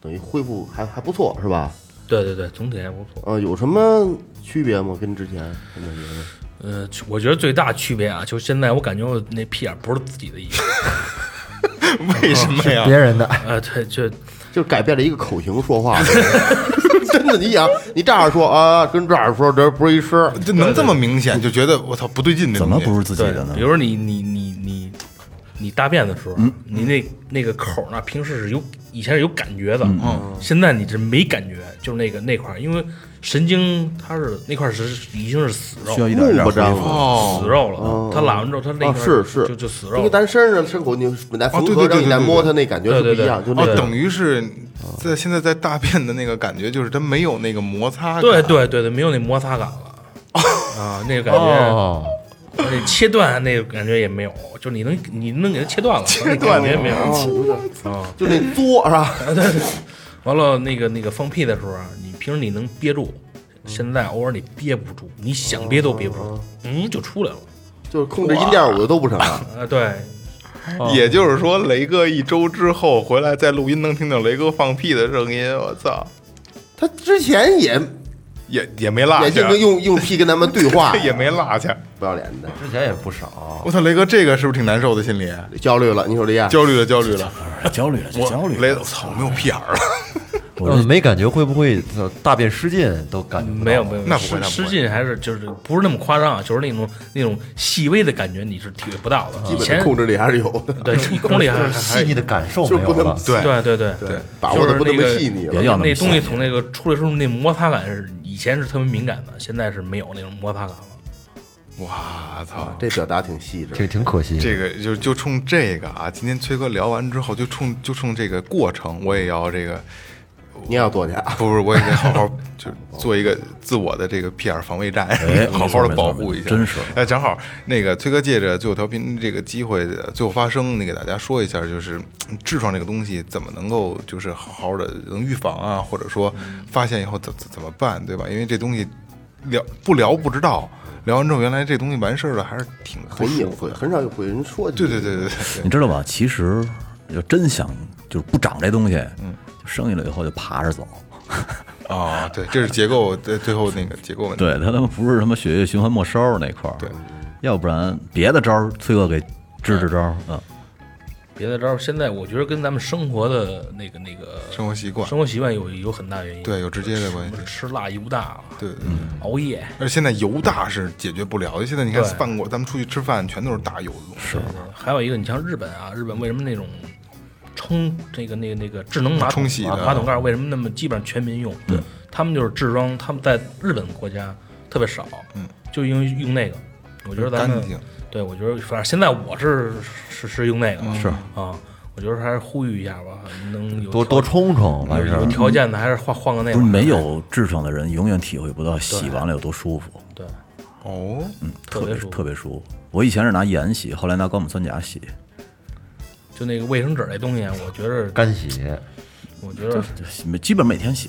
Speaker 7: 等于恢复还还不错，是吧？
Speaker 6: 对对对，总体还不错。
Speaker 7: 呃，有什么区别吗？跟之前跟之前
Speaker 6: 呃，我觉得最大区别啊，就现在我感觉我那屁眼不是自己的意 思。
Speaker 3: 为什么呀？
Speaker 1: 别人的
Speaker 6: 呃，对，就
Speaker 7: 就是改变了一个口型说话， 真的，你想你这样说啊，跟这样说，这不是一声儿。
Speaker 3: 这能这么明显，就觉得我操不对劲，这
Speaker 5: 怎么
Speaker 3: 东西
Speaker 5: 不是自己
Speaker 6: 对
Speaker 5: 的呢
Speaker 6: 比？如说你你你你你大便的时候，你那那个口儿呢，嗯平时是有以前是有感觉的，嗯，现在你这没感觉，就是那个那块儿，因为神经它是那块儿是已经是死肉，
Speaker 5: 需要一
Speaker 6: 死
Speaker 5: 点
Speaker 7: 木
Speaker 5: 让
Speaker 7: 不张
Speaker 5: 恢复
Speaker 3: 哦，
Speaker 6: 肉了。它拉完之后，它那
Speaker 7: 啊
Speaker 6: 块
Speaker 7: 是
Speaker 6: 儿
Speaker 7: 是，
Speaker 6: 就就死
Speaker 7: 因
Speaker 6: 肉
Speaker 7: 为
Speaker 6: 了。
Speaker 7: 咱身上伤口，你来缝
Speaker 3: 对
Speaker 7: 合，让
Speaker 3: 对对
Speaker 7: 你
Speaker 3: 对
Speaker 7: 来
Speaker 3: 对
Speaker 7: 摸
Speaker 3: 对
Speaker 7: 它，那感觉是不
Speaker 6: 对对
Speaker 7: 一样，就
Speaker 6: 对
Speaker 7: 那个
Speaker 3: 哦，等于是在现在在大便的那个感觉，就是它没有那个摩擦感。
Speaker 6: 对对对对，没有那摩擦感了啊，那个感觉，
Speaker 1: 哦，
Speaker 6: 那切断那个感觉也没有，就你能你能给它切断了，切断感觉没有。
Speaker 7: 就那作是吧？
Speaker 6: 完了，那个那个放屁的时候啊，你平时你能憋住，现在偶尔你憋不住，你想憋都憋不住，嗯，就出来了。
Speaker 7: 就是控制音调，我就都不成 了。
Speaker 6: 啊，对，
Speaker 3: 也就是说，雷哥一周之后回来，在录音能听到雷哥放屁的声音。我操，
Speaker 7: 他之前也
Speaker 3: 也也没落
Speaker 7: 也
Speaker 3: 下，
Speaker 7: 就，跟用用屁跟咱们对话
Speaker 3: 也没落下。
Speaker 7: 不要脸的，
Speaker 1: 之前也不少，
Speaker 3: 我操，雷哥这个是不是挺难受的？心里啊
Speaker 7: 焦虑了，你说这样，
Speaker 3: 焦虑了，焦虑了。
Speaker 5: 焦虑了，就
Speaker 3: 我
Speaker 5: 焦 虑
Speaker 3: 雷，
Speaker 5: 了
Speaker 3: 我。操，我没有屁眼儿了。
Speaker 1: 呃没感觉会不会呃大便失禁都感觉不到
Speaker 6: 没有没有，
Speaker 3: 那不会
Speaker 6: 失
Speaker 3: 那不会
Speaker 6: 失禁还是就是不是那么夸张啊，就是那种那种细微的感觉你是体会不到的。以
Speaker 7: 基本
Speaker 6: 前
Speaker 7: 的控制力还是有的，
Speaker 6: 对一公里还是
Speaker 1: 细腻的感受
Speaker 7: 就
Speaker 1: 没
Speaker 7: 是不
Speaker 1: 有
Speaker 7: 那
Speaker 1: 了
Speaker 7: 么。
Speaker 3: 对
Speaker 6: 对对对对，
Speaker 7: 把握的不那么
Speaker 6: 就是那个
Speaker 7: 细腻了
Speaker 5: 别。要那
Speaker 6: 那
Speaker 5: 么
Speaker 6: 东
Speaker 5: 细。
Speaker 6: 西从那个出来时候那摩擦感是以前是特别敏感的，现在是没有那种摩擦感了。
Speaker 3: 哇操，
Speaker 7: 这表达挺细致，
Speaker 1: 挺挺可惜的，
Speaker 3: 这个就就冲这个啊！今天崔哥聊完之后，就冲就冲这个过程，我也要这个
Speaker 7: 你也要做去啊。
Speaker 3: 不是，我也得好好就做一个自我的这个 PR 防卫战， 好好的保护一
Speaker 5: 哎没
Speaker 3: 下。
Speaker 5: 错没错真是
Speaker 3: 哎，正好那个崔哥借着最后调频这个机会，呃最后发声，你给大家说一下，就是嗯痔疮这个东西怎么能够就是好好的能预防啊，或者说发现以后怎怎怎么办，对吧？因为这东西聊不聊不知道，聊完之后原来这东西完事儿了，还是挺不
Speaker 7: 很
Speaker 3: 舒
Speaker 7: 隐
Speaker 3: 服
Speaker 7: 晦，
Speaker 3: 的。
Speaker 7: 很少有会人说起。
Speaker 3: 对对对对对，
Speaker 5: 你知道吧？其实就真想就是不长这东西，就生下来以后就爬着走。
Speaker 3: 啊、对，这是结构，对，最后那个结构问题。
Speaker 5: 对他他妈不是什么血液循环末梢那块儿，
Speaker 3: 对，
Speaker 5: 要不然别的招儿崔哥给支支招儿，嗯，
Speaker 6: 别的招儿，现在我觉得跟咱们生活的那个那个
Speaker 3: 生活习惯
Speaker 6: 生活习惯有有很大原因。
Speaker 3: 对有直接的关系
Speaker 6: 什么吃辣油大了，
Speaker 3: 对对对。
Speaker 6: 熬夜，
Speaker 3: 而且现在油大是解决不了的。现在你看
Speaker 6: 对
Speaker 3: 饭馆，咱们出去吃饭全都是大油的东西。是
Speaker 6: 嗯还有一个，你像日本啊，日本为什么那种冲那个那个那个智能
Speaker 3: 啊
Speaker 6: 马桶啊
Speaker 3: 冲洗的
Speaker 6: 马桶盖为什么那么基本上全民用？对，他们就是痔疮，他们在日本国家特别少，嗯，就因为用那个，我觉得咱们
Speaker 3: 干净
Speaker 6: 对我觉得反正现在我是是是用那
Speaker 3: 嗯
Speaker 6: 个是啊，我觉得还是呼吁一下吧，能有
Speaker 1: 多多冲冲完事
Speaker 6: 有
Speaker 1: 儿
Speaker 6: 有。条件的还是换换个那个，
Speaker 5: 不是没有痔疮的人永远体会不到洗完了有多舒服，
Speaker 6: 对，
Speaker 3: 哦，
Speaker 5: 特
Speaker 6: 特别
Speaker 5: 别
Speaker 6: 舒服
Speaker 5: 特别舒服。我以前是拿盐洗，后来拿高锰酸钾洗，
Speaker 6: 就那个卫生纸那东西啊，我觉得
Speaker 1: 干洗，
Speaker 6: 我觉得
Speaker 5: 就洗基本每天洗，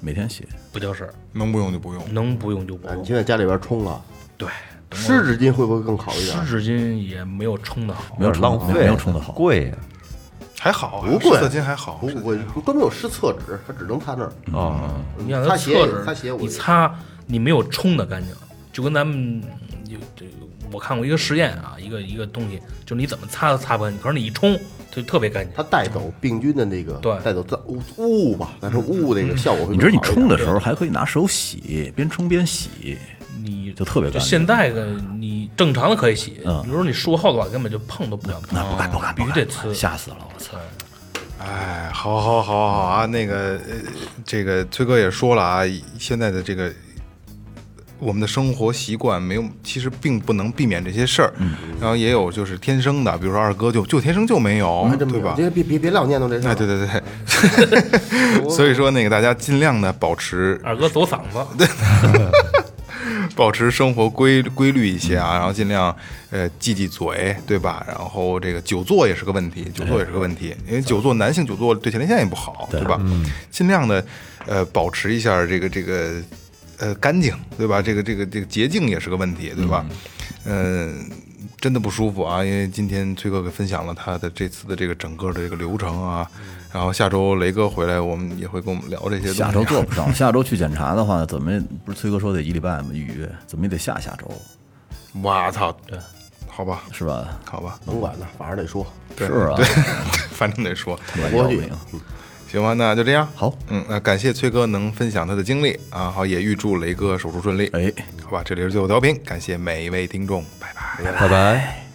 Speaker 5: 每天洗。
Speaker 6: 不叫事儿，
Speaker 3: 能不用就不用。
Speaker 6: 能不用就不
Speaker 7: 啊，你
Speaker 6: 用，
Speaker 7: 现在家里边冲了，
Speaker 6: 对。
Speaker 7: 湿纸巾会不会更好一点？
Speaker 6: 湿纸巾也没有冲的好，
Speaker 5: 没有
Speaker 1: 有点浪
Speaker 5: 冲
Speaker 1: 费，
Speaker 5: 没有冲得好
Speaker 1: 贵啊呀。
Speaker 3: 还好啊，
Speaker 7: 不贵
Speaker 3: 湿色巾还哦好。
Speaker 7: 不不，专门有湿厕纸，它只能擦那儿。嗯
Speaker 1: 啊，
Speaker 6: 你想
Speaker 7: 擦
Speaker 6: 它
Speaker 7: 鞋也
Speaker 6: 厕纸，
Speaker 7: 擦鞋我
Speaker 6: 你
Speaker 7: 觉得
Speaker 6: 擦你没有冲的干净，就跟咱们嗯有这个我看过一个实验啊，一个一个东西，就是你怎么擦都擦不干净，可是你一冲就特别干净。
Speaker 7: 它带走病菌的那个，
Speaker 6: 对
Speaker 7: 带走脏污污吧，咱说污那个效果会更好一点。
Speaker 5: 你知道你冲的时候还可以拿手洗，边冲边洗，
Speaker 6: 你
Speaker 5: 就特别
Speaker 6: 就
Speaker 5: 干
Speaker 6: 现
Speaker 5: 净。
Speaker 6: 在的你正常的可以洗，
Speaker 5: 嗯
Speaker 6: 比如说你术后的话，根本就碰都不敢碰，
Speaker 5: 那啊不敢不敢，
Speaker 6: 哦必
Speaker 5: 不
Speaker 6: 须
Speaker 5: 敢
Speaker 6: 得呲。
Speaker 5: 吓死了我操！
Speaker 3: 哎，好好好好啊，那个呃，这个崔哥也说了啊，现在的这个我们的生活习惯没有，其实并不能避免这些事儿。然后也有就是天生的，比如说二哥就就天生就没有，
Speaker 7: 还真没
Speaker 3: 对
Speaker 7: 有
Speaker 3: 吧？
Speaker 7: 别别别别老念叨这事
Speaker 3: 哎，
Speaker 7: 儿。
Speaker 3: 对对对， 所以说那个大家尽量的保持
Speaker 6: 二哥走嗓子，对，
Speaker 3: 保持生活规规律一些
Speaker 5: 嗯
Speaker 3: 啊，然后尽量呃忌忌嘴，对吧？然后这个久坐也是个问
Speaker 5: 哎
Speaker 3: 题，久坐也是个问题，因为久坐男性久坐对前列腺也不好，对吧？
Speaker 5: 嗯
Speaker 3: 尽量的呃保持一下这个这个呃干净，对吧？这个这个这个洁净也是个问题，对吧？嗯、真的不舒服啊，因为今天崔哥给分享了他的这次的这个整个的这个流程啊，然后下周雷哥回来，我们也会跟我们聊这些东西啊。
Speaker 5: 嗯下周做不上， 下周去检查的话，怎么也不是崔哥说得一礼拜吗？预约怎么也得下下周，
Speaker 3: 哇操，对，好吧，
Speaker 5: 是吧？
Speaker 3: 好吧。
Speaker 7: 甭管了，反正得说。
Speaker 3: 对
Speaker 5: 是啊
Speaker 3: 对， 反正得说。
Speaker 5: 我有病。
Speaker 3: 行吧，那就这样。
Speaker 5: 好，
Speaker 3: 嗯，那感谢崔哥能分享他的经历啊，好，也预祝雷哥手术顺利。
Speaker 5: 哎。
Speaker 3: 好吧，这里是最后调频，感谢每一位听众，拜拜。
Speaker 1: 拜拜。